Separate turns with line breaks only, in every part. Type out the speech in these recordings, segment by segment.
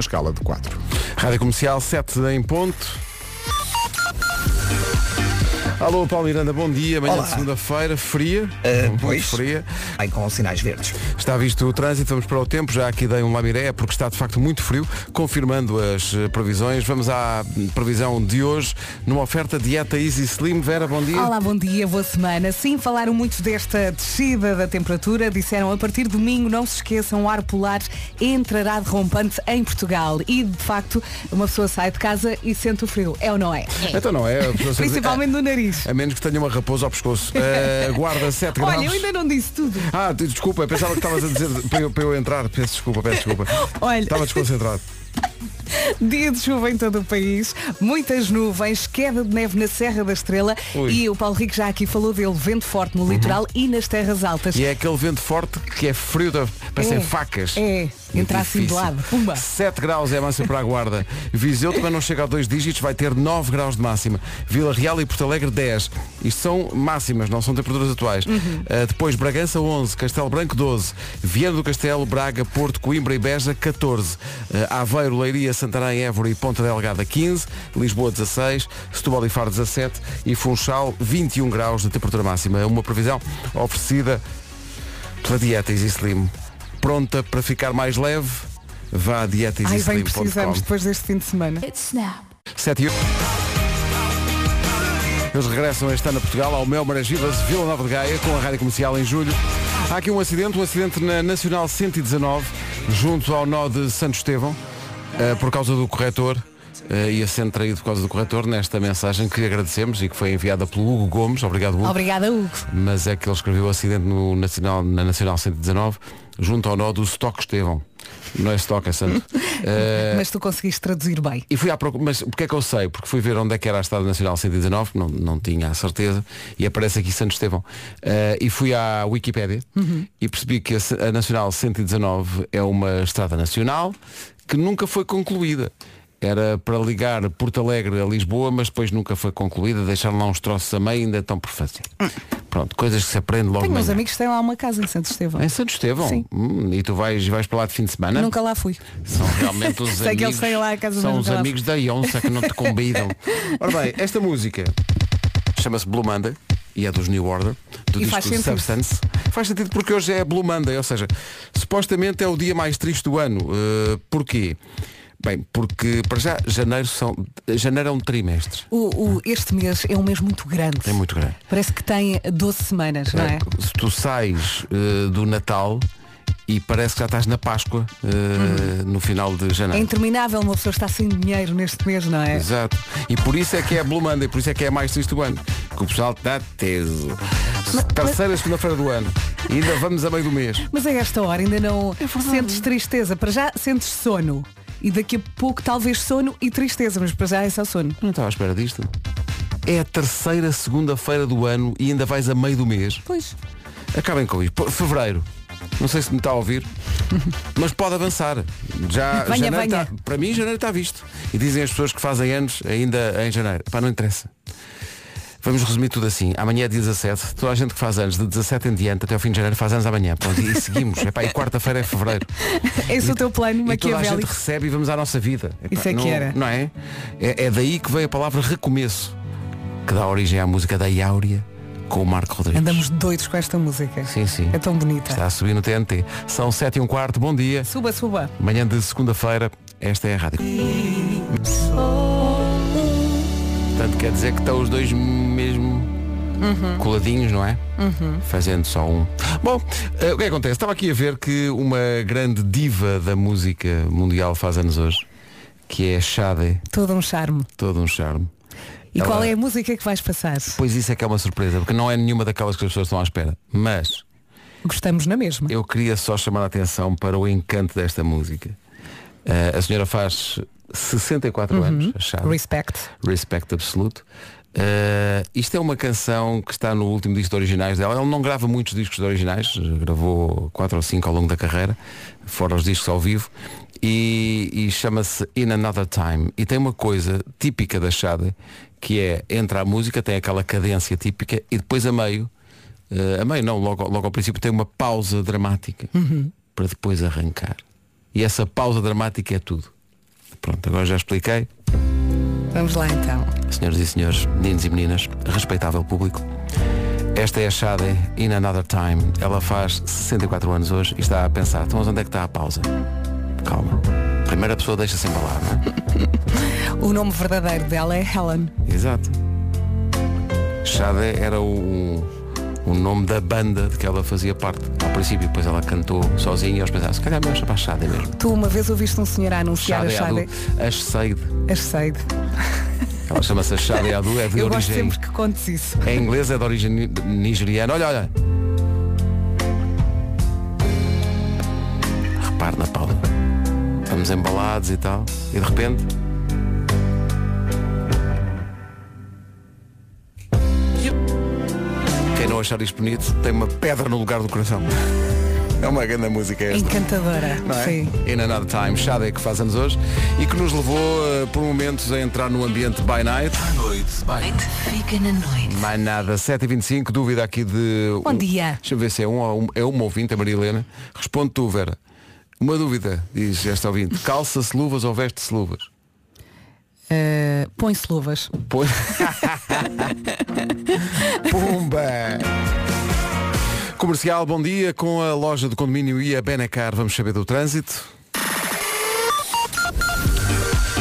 escala de 4.
Rádio Comercial 7 em ponto. Alô, Paulo Miranda, bom dia. Amanhã
Olá.
de segunda-feira, fria.
Eh,
muito
pois.
fria.
Aí com sinais verdes.
Está visto o trânsito, vamos para o tempo. Já aqui dei um lamiré porque está de facto muito frio. Confirmando as eh, previsões, vamos à hum, previsão de hoje numa oferta Dieta Easy Slim. Vera, bom dia.
Olá, bom dia, boa semana. Sim, falaram muito desta descida da temperatura. Disseram a partir de domingo, não se esqueçam, o ar polar entrará de rompante em Portugal. E, de facto, uma pessoa sai de casa e sente o frio. É ou não é?
Então não é?
Principalmente no nariz.
A menos que tenha uma raposa ao pescoço. Eh, guarda 7 graus.
Olha, eu ainda não disse tudo.
Ah, te- desculpa, eu pensava que estavas a dizer para eu, para eu entrar. Peço desculpa, peço desculpa.
Olha.
Estava desconcentrado.
Dia de chuva em todo o país, muitas nuvens, queda de neve na Serra da Estrela
Ui. Uhum.
e o Paulo Rico já aqui falou dele, vento forte no litoral e nas terras altas.
E é aquele vento forte que é frio, da... parecem
É,
facas.
é.
Muito
Entra assim de
difícil.
lado. Pumba.
7 graus é a máxima para a guarda. Viseu também não chega a dois dígitos, vai ter 9 graus de máxima. Vila Real e Porto Alegre 10. Isto são máximas, não são temperaturas atuais.
Uhum.
Ah, depois Bragança 11, Castelo Branco 12, Viana do Castelo, Braga, Porto, Coimbra e Beja 14. Ah, Aveiro, Leiria, Santarém, Évora e Ponta Delgada 15, Lisboa 16, Setúbal e Faro 17 e Funchal 21 graus de temperatura máxima. É uma previsão oferecida pela Dieta Easy Slim. Pronta para ficar mais leve? Vá a
Ai, bem precisamos
dietaeasyslim.com
depois deste fim de semana.
7 e 8. Eles regressam este ano a Portugal ao Mel Maragivas, Vila Nova de Gaia, com a Rádio Comercial em julho. Há aqui um acidente, um acidente na Nacional 119, junto ao nó de Santo Estevão, eh, por causa do corretor. eh, e a sendo traído por causa do corretor nesta mensagem que agradecemos e que foi enviada pelo Hugo Gomes. Obrigado, Hugo
Obrigada, Hugo.
mas é que ele escreveu o acidente no Nacional, na Nacional 119 junto ao nó do Stock Estevão. Não é Stock, é Santo. Eh,
Mas tu conseguiste traduzir bem.
e fui à procura, mas porque é que eu sei? Porque fui ver onde é que era a Estrada Nacional 119, não, não tinha a certeza, e aparece aqui Santo Estevão. Eh, e fui à Wikipédia
Uhum.
e percebi que a, se- a Nacional 119 é uma estrada nacional que nunca foi concluída. Era para ligar Porto Alegre a Lisboa, mas depois nunca foi concluída, deixaram lá uns troços a meio e ainda estão por fazer. Pronto, coisas que se aprende logo de
Hum. Tenho uns
manhã.
amigos que têm lá uma casa em Santo Estevão.
Em Santo Estevão?
Sim.
Hum, e tu vais, vais para lá de fim de semana?
Nunca lá fui.
São realmente os
Sei que eles
amigos.
têm lá a casa,
são
mas
os
nunca lá
amigos da Ionça que não te convidam. Ora bem, esta música chama-se Blue Monday e é dos New Order, do
E
disco
faz sentido.
Substance. Faz sentido porque hoje é Blue Monday, ou seja, supostamente é o dia mais triste do ano. Uh, porquê? Bem, porque para já janeiro, são, janeiro é um trimestre.
O, o- este mês é um mês muito grande.
É muito grande.
Parece que tem 12 semanas, não é?
Se tu sais uh, do Natal e parece que já estás na Páscoa uh, no final de
É
janeiro.
interminável, uma pessoa está sem dinheiro neste mês, não é?
Exato. E por isso é que é Blue Monday, por isso é que é mais triste do ano. Que o pessoal está teso. Terceira segunda-feira do ano. E ainda vamos a meio do mês.
Mas a esta hora ainda não
É
sentes tristeza. Para já sentes sono. E daqui a pouco talvez sono e tristeza, mas para já é só sono.
Eu não estava à espera disto. É a terceira segunda-feira do ano e ainda vais a meio do mês.
Pois.
Acabem com isto. Pô, Fevereiro. Não sei se me está a ouvir, mas pode avançar. Já
Venha,
janeiro
venha.
está- para mim janeiro está visto. E dizem as pessoas que fazem anos ainda em janeiro. Pá, não interessa. Vamos resumir tudo assim. Amanhã é dia 17. Toda a gente que faz anos de 17 em diante até ao fim de janeiro faz anos amanhã. Pronto, e seguimos. Epá, e quarta-feira é fevereiro.
Esse é
E-
o teu plano
e toda a gente
maquiavélico.
recebe e vamos à nossa vida. Epá,
Isso é que
não,
era.
Não é? é? é daí que veio a palavra recomeço, que dá origem à música da Áurea com o Marco Rodrigues.
Andamos doidos com esta música.
Sim, sim.
É tão bonita.
Está a subir no TNT. São 7 e um quarto, bom dia.
Suba, suba.
Manhã de segunda-feira, esta é a rádio. Portanto, quer dizer que estão os dois mesmo coladinhos, não é? Fazendo só um. Bom, eh, o que é que acontece? Estava aqui a ver que uma grande diva da música mundial faz anos hoje, que é Shade,
Todo um charme.
todo um charme.
E
Ela-
qual é a música que vais passar?
Pois isso é que é uma surpresa, porque não é nenhuma daquelas que as pessoas estão à espera. Mas
Gostamos na mesma.
Eu queria só chamar a atenção para o encanto desta música. Eh, a senhora faz 64 anos, achado.
Respect.
Respect absoluto. Eh, isto é uma canção que está no último disco de originais dela. Ela não grava muitos discos de originais, gravou 4 ou 5 ao longo da carreira, fora os discos ao vivo. E, e chama-se In Another Time. E tem uma coisa típica da Shade, que é entra a música, tem aquela cadência típica, e depois a meio, eh, a meio não, logo, logo ao princípio tem uma pausa dramática para depois arrancar. E essa pausa dramática é tudo. Pronto, agora já expliquei.
Vamos lá então.
Senhoras e senhores, meninos e meninas, respeitável público. Esta é a Shade In Another Time. Ela faz 64 anos hoje e está a pensar, então mas onde é que está a pausa? Calma. Primeira pessoa deixa-se embalar, não é?
O nome verdadeiro dela é Helen.
Exato. Shade era o, o nome da banda de que ela fazia parte ao princípio, depois ela cantou sozinha e eles pensaram, se calhar é melhor chamar Shade mesmo.
Tu uma vez ouviste um senhor a anunciar
Shade
a Shade
Adu, Ashade.
Ashade.
Ela chama-se Shade Adu, é de
Eu gosto
origem
sempre que contes isso.
É inglesa, é de origem ni- nigeriana. Olha, olha. Repare na Paula. Estamos embalados e tal. E de repente. Quem não achar isto bonito tem uma pedra no lugar do coração. É uma grande música esta.
Encantadora.
Não é?
Sim.
In Another Time, Shade que faz anos hoje e que nos levou eh, por momentos a entrar no ambiente by night.
Fica na noite.
Mais nada, 7h25, dúvida aqui de.
Bom dia.
Deixa eu ver se é um, ou um é uma ouvinte, a Marilena. Responde tu, Vera. Uma dúvida, diz esta ouvinte. Calça-se luvas ou veste-se luvas?
Eh, Põe-se luvas.
Pô- Pumba! Comercial, bom dia. Com a loja de condomínio e a Benacar, vamos saber do trânsito.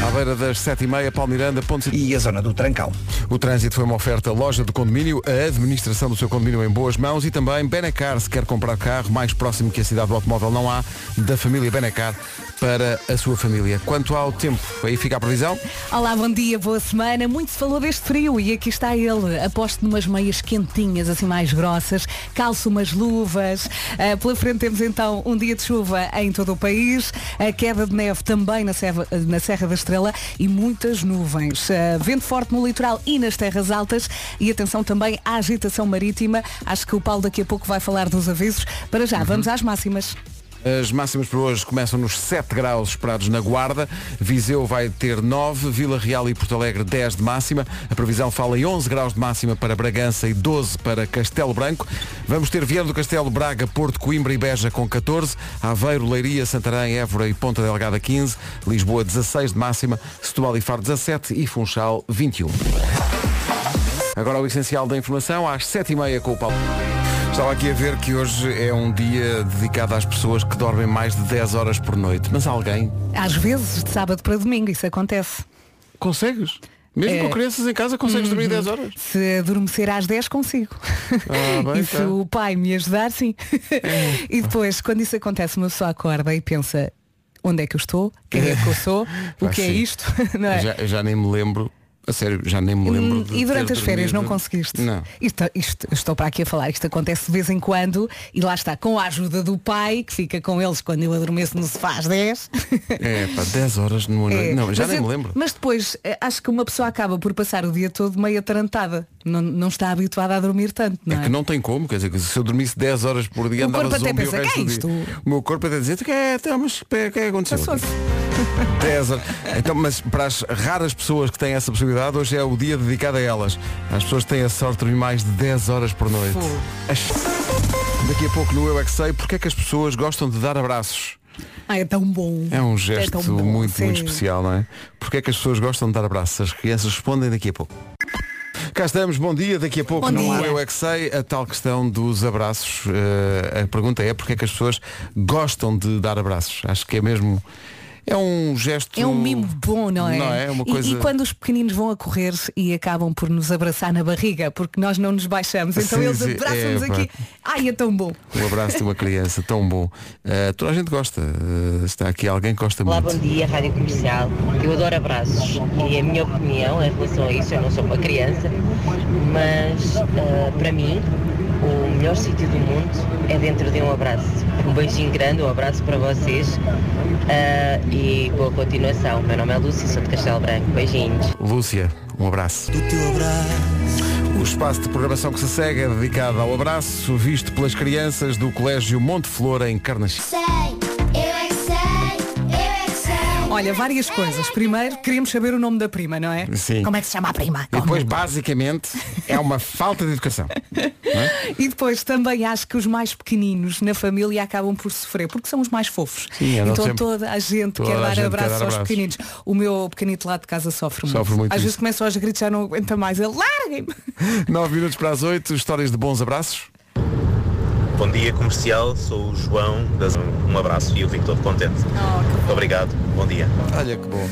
À beira das 7h30, Paulo Miranda, ponto
e a zona do Trancão.
O trânsito foi uma oferta loja de condomínio, a administração do seu condomínio em boas mãos e também Benacar, se quer comprar carro, mais próximo que a cidade do automóvel não há, da família Benacar para a sua família. Quanto ao tempo, aí fica a previsão.
Olá, bom dia, boa semana. Muito se falou deste frio e aqui está ele. Aposto numas meias quentinhas, assim mais grossas, calço umas luvas. Ah, pela frente temos então um dia de chuva em todo o país, a queda de neve também na Serra, na Serra da Estrela e muitas nuvens. Ah, vento forte no litoral e nas terras altas e atenção também à agitação marítima. Acho que o Paulo daqui a pouco vai falar dos avisos. Para já, vamos às máximas.
As máximas para hoje começam nos 7 graus esperados na Guarda. Viseu vai ter 9, Vila Real e Porto Alegre 10 de máxima. A previsão fala em 11 graus de máxima para Bragança e 12 para Castelo Branco. Vamos ter Vieira do Castelo, Braga, Porto, Coimbra e Beja com 14, Aveiro, Leiria, Santarém, Évora e Ponta Delgada 15, Lisboa 16 de máxima, Setúbal e Faro 17 e Funchal 21. Agora o essencial da informação às 7h30 com o Paulo. Estava aqui a ver que hoje é um dia dedicado às pessoas que dormem mais de 10 horas por noite. Mas alguém?
Às vezes, de sábado para domingo, isso acontece.
Consegues? Mesmo
É. Uhum.
com crianças em casa, consegues dormir 10 horas?
Se adormecer às 10 consigo.
Ah, bem,
e se
tá. Hum.
o pai me ajudar, sim. e depois, quando isso acontece, uma pessoa acorda e pensa, onde é que eu estou? Quem é que eu sou? O
Ah,
que é
sim.
isto? Não é?
Já, eu já nem me lembro. A sério, já nem me lembro.
Hum,
de
e durante
ter
as férias
dormido.
não conseguiste.
Não.
Isto, isto- estou para aqui a falar, isto acontece de vez em quando e lá está, com a ajuda do pai, que fica com eles quando eu adormeço no sofá às 10.
É, pá, 10 horas numa noite.
É,
Não, já
mas
nem
eu-
me lembro.
Mas depois eh, acho que uma pessoa acaba por passar o dia todo meio atarantada. Não, não está habituada a dormir tanto, não
É
é?
que não tem como, quer dizer, que se eu dormisse 10 horas por dia
O
andava
corpo até
zumbi
pensa,
o resto
"Que é
do
isto?"
dia. O meu corpo até dizia, "Então, que é, então, mas espera, o que é que aconteceu?
Passou-se.
10 horas. Então, mas para as raras pessoas que têm essa possibilidade, hoje é o dia dedicado a elas. As pessoas que têm a sorte de dormir mais de 10 horas por noite.
Fogo.
As- Daqui a pouco no Eu é que sei, porque é que as pessoas gostam de dar abraços?
Ah, é tão bom.
É um
tão
gesto
bom,
muito,
sim.
muito especial, não é? Porque é que as pessoas gostam de dar abraços? As crianças respondem daqui a pouco. Cá estamos, bom dia, daqui a pouco
Bom
no
dia.
Eu é que sei, a tal questão dos abraços. eh, a pergunta é porque é que as pessoas gostam de dar abraços? Acho que é mesmo. É um gesto.
É um mimo bom, não é?
Não é? É uma
E-
coisa-
e, quando os pequeninos vão a correr e acabam por nos abraçar na barriga, porque nós não nos baixamos, então
Sim,
eles
sim,
abraçam-nos
é,
aqui.
pá.
Ai, é tão bom.
Um abraço de uma criança tão bom. Eh, toda a gente gosta. Eh, está aqui alguém que gosta
Olá,
muito.
bom dia, Rádio Comercial. Eu adoro abraços e a minha opinião em relação a isso, eu não sou uma criança, mas ah, para mim o melhor sítio do mundo é dentro de um abraço. Um beijinho grande, um abraço para vocês ah, e boa continuação. Meu nome é Lúcia, sou de Castelo Branco. Beijinhos.
Lúcia, um abraço. O espaço de programação que se segue é dedicado ao abraço visto pelas crianças do Colégio Monte Flor em Carnaxi.
sei, eu é que sei, eu é que sei.
olha, várias coisas. Primeiro, queremos saber o nome da prima, não é?
Sim.
Como é que se chama a prima?
E depois, basicamente, é uma falta de educação.
E depois também acho que os mais pequeninos na família acabam por sofrer, porque são os mais fofos.
Sim, andam
então
sempre-
toda a gente
Toda
quer
a
dar
gente quer
abraços
dar
aos
abraços.
pequeninos. O meu pequenito lá de casa sofre,
Sofre muito
Às
isso.
vezes começam aos gritos, já não aguenta mais. Ele, larguem-me!
9 minutos para as 8, histórias de bons abraços.
Bom dia comercial, sou o João, das- um abraço e eu fico todo contente. Obrigado, bom dia.
Olha que bom.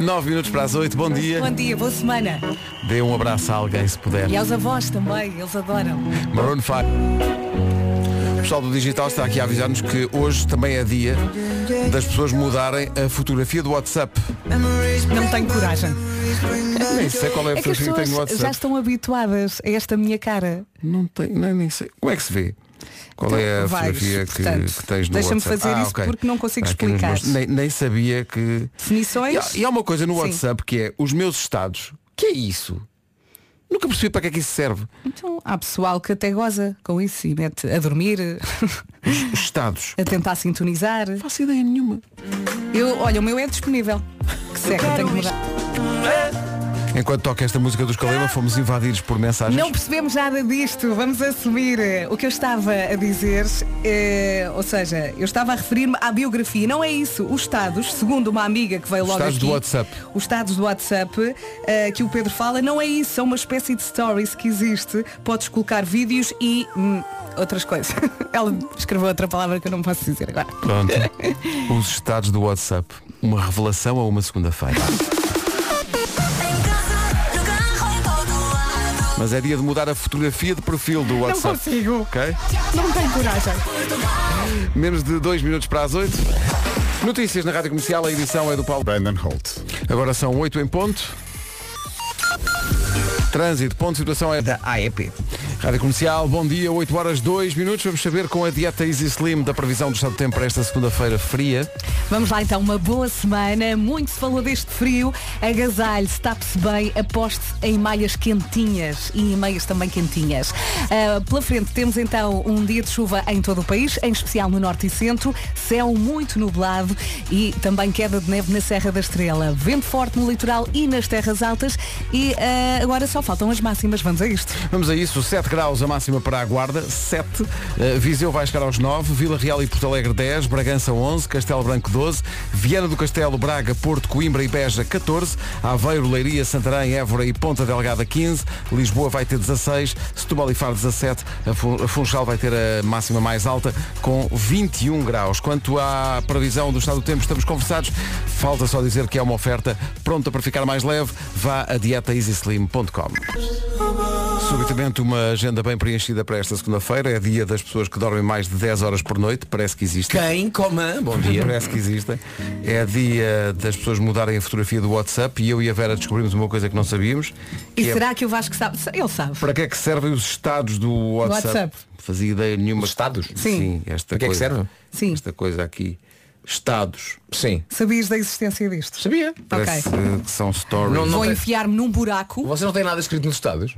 9 minutos para as 8, bom
Bom
dia.
dia, boa semana.
Dê um abraço a alguém se puder.
E aos avós também, eles adoram.
Maroon 5. O pessoal do digital está aqui a avisar-nos que hoje também é dia das pessoas mudarem a fotografia do WhatsApp.
Não tenho coragem.
Nem sei qual é a
É que as
fotografia que
pessoas
tenho no
já
WhatsApp.
estão habituadas a esta minha cara.
Não tenho, nem, nem sei. Como é que se vê? Qual é a
Então, vais,
fotografia que,
portanto,
que tens no
deixa-me
WhatsApp? Ah,
fazer isso
ok.
porque não consigo
Está aqui nos
explicar.
meus- Nem, nem sabia que... E há,
Definições?
e há um- uma coisa no
Sim.
WhatsApp que é os meus estados. Que é isso? Nunca percebi para que é que isso serve.
Então há pessoal que até goza com isso e mete a dormir,
Os estados.
a tentar sintonizar.
Não faço ideia nenhuma.
Eu, olha, o meu é disponível. Que seca, tenho que mudar.
Enquanto toca esta música dos Calema, fomos invadidos por mensagens.
Não percebemos nada disto, vamos assumir. eh, O que eu estava a dizer, eh, ou seja, eu estava a referir-me à biografia. Não é isso. Os estados, segundo uma amiga que veio
Os
logo
estados
aqui,
do WhatsApp.
os estados do WhatsApp eh, que o Pedro fala, não é isso. É uma espécie de stories que existe. Podes colocar vídeos e hum, outras coisas. Ela escreveu outra palavra que eu não posso dizer agora.
Pronto. Os estados do WhatsApp. Uma revelação a uma segunda-feira. Mas é dia de mudar a fotografia de perfil do WhatsApp.
consigo.
Ok?
Não tenho coragem.
Menos de dois minutos para as oito. Notícias na Rádio Comercial, a edição é do Paulo.
Brandon Holt.
Agora são oito em ponto. Trânsito, ponto de situação é da AEP. Rádio Comercial, bom dia, 8 horas 2 minutos. Vamos saber com a dieta Easy Slim da previsão do estado do tempo para esta segunda-feira fria.
Vamos lá então, uma boa semana. Muito se falou deste frio. Agasalhe-se, tape-se bem, aposte em malhas quentinhas e em meias também quentinhas. Ah, pela frente temos então um dia de chuva em todo o país, em especial no norte e centro, céu muito nublado e também queda de neve na Serra da Estrela. Vento forte no litoral e nas terras altas e ah, agora só faltam as máximas. Vamos a isto.
Vamos a isso, 7 graus a máxima para a Guarda, 7, eh, Viseu vai chegar aos 9, Vila Real e Porto Alegre 10, Bragança 11, Castelo Branco 12, Viana do Castelo, Braga, Porto, Coimbra e Beja 14, Aveiro, Leiria, Santarém, Évora e Ponta Delgada 15, Lisboa vai ter 16, Setúbal e Faro 17, a Fun- a Funchal vai ter a máxima mais alta com 21 graus. Quanto à previsão do estado do tempo, estamos conversados, falta só dizer que é uma oferta pronta para ficar mais leve, vá a dietaeasyslim.com. Subitamente uma agenda bem preenchida para esta segunda-feira. É dia das pessoas que dormem mais de 10 horas por noite. Parece que existem.
Quem? Comã? Bom dia.
Parece que existem. É dia das pessoas mudarem a fotografia do WhatsApp e eu e a Vera descobrimos uma coisa que não sabíamos.
E
que é
será que o Vasco sabe? Ele sabe.
Para que é que servem os estados do WhatsApp?
WhatsApp.
Fazia ideia nenhuma.
Os estados?
Sim.
esta
Para que é que
coisa.
serve?
Sim.
Esta coisa aqui. Estados.
Sim.
Sabias da existência disto?
Sabia?
Parece eh, que são stories.
Não, não.
Vou
tem-
enfiar-me num buraco.
Vocês não têm nada escrito nos estados?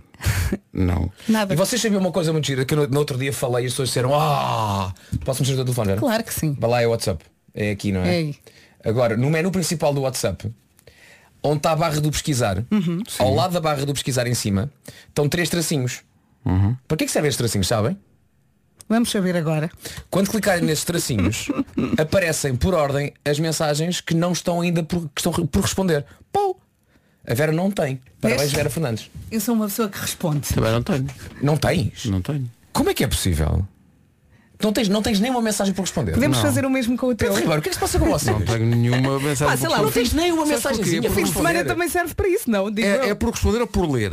Não.
Nada.
E vocês sabiam uma coisa muito gira que eu no, no outro dia falei e as pessoas disseram Ah! Posso mexer o teu telefone? Vera?
Claro que sim.
Vai lá é o WhatsApp. É aqui, não é?
É.
Agora, no menu principal do WhatsApp, onde está a barra do pesquisar, ao lado da barra do pesquisar em cima, estão três tracinhos. Para que é que servem estes tracinhos, sabem?
Vamos saber agora.
Quando clicarem nesses tracinhos, aparecem por ordem as mensagens que não estão ainda por, que estão por responder. Pou! A Vera não tem. Parabéns,
Veste?
Vera Fernandes.
Eu sou uma pessoa que responde.
Também não tenho.
Não tens?
Não tenho.
Como é que é possível? Não tens, não tens nenhuma mensagem por responder.
Podemos fazer o mesmo com o teu.
Pedro Ribeiro, o que é que se passa com vocês?
Não tenho nenhuma mensagem.
Ah, sei
por
lá,
responder.
não tens
nem uma
Sabes
mensagenzinha
porquê?
para
Fim de
responder.
semana também serve para isso, não? Digo
É,
eu.
é por responder ou por ler?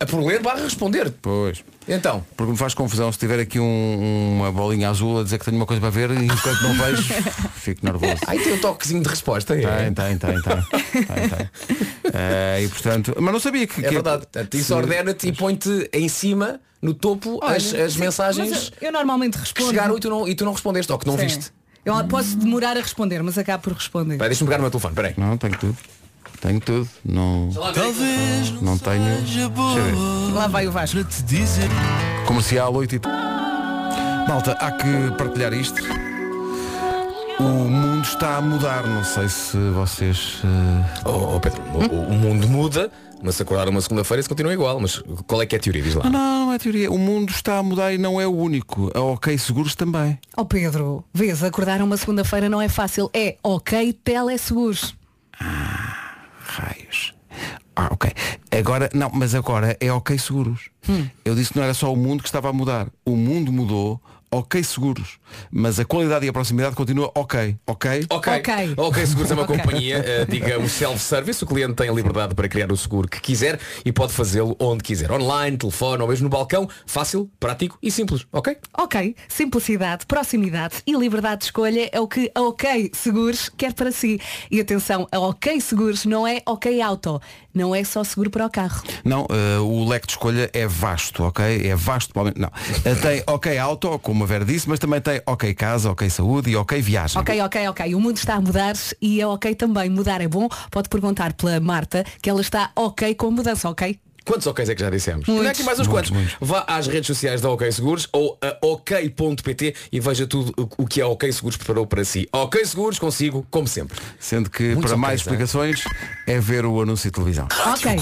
A por ler barra responder.
Pois.
Então,
Porque me faz confusão se tiver aqui um- uma bolinha azul a dizer que tenho uma coisa para ver e enquanto não vejo, fico nervoso.
aí tem o toquezinho de resposta. É,
Tem, tem, tem, tem. tem, tem. Eh, e portanto, mas não sabia que.
é verdade.
Que,
Isso ordena-te e põe-te em cima, no topo,
Olha,
as, as
sim,
mensagens
eh,
mas eu, eu normalmente
que
respondo.
chegaram e tu, não, e tu não respondeste ou que não
Sim.
viste.
Eu posso demorar a responder, mas acabo por responder.
Peraí, deixa-me pegar o meu telefone, peraí.
Não, tenho tudo. Tenho tudo. Não,
Talvez
não tenho. Deixa eu ver.
Lá vai o Vasco.
te dizer
Comercial 8 e... Malta, há que partilhar isto. O mundo está a mudar, não sei se vocês. eh,
Oh, oh, Pedro, o, o mundo muda, mas se acordar uma segunda-feira isso continua igual. Mas qual é que é a teoria? Diz lá.
Não, não, não é teoria. O mundo está a mudar e não é o único. A OK Seguros também.
Oh Pedro, vês, acordar uma segunda-feira não é fácil. É ok, teleseguros.
Raios. Ah, ok. Agora, não, mas agora é ok seguros. Eu disse que não era só o mundo que estava a mudar. O mundo mudou, ok seguros. Mas a qualidade e a proximidade continua ok. Ok?
Ok,
Ok.
ok, Seguros é uma
Ok.
companhia, eh, diga o self-service, o cliente tem liberdade para criar o seguro que quiser e pode fazê-lo onde quiser, online, telefone ou mesmo no balcão, fácil, prático e simples, ok?
Ok, simplicidade, proximidade e liberdade de escolha é o que a OK Seguros quer para si. E atenção, a OK Seguros não é OK Auto, não é só seguro para o carro.
Não, eh, o leque de escolha é vasto, ok? É vasto, provavelmente- não. Eh, tem ok auto, como a Vera disse, mas também tem ok casa, ok saúde e ok viagem.
Ok, ok, ok. O mundo está a mudar e é ok também. Mudar é bom. Pode perguntar pela Marta que ela está ok com a mudança, ok?
Quantos OKs é que já dissemos?
Muitos.
Não é aqui mais uns
Muitos,
quantos.
muitos.
Vá às redes sociais da OK Seguros ou a ok.pt e veja tudo o- o que a OK Seguros preparou para si. OK Seguros consigo, como sempre.
Sendo que
Muitos
para
OKs,
mais
é?
explicações é ver o anúncio de televisão.
Ok.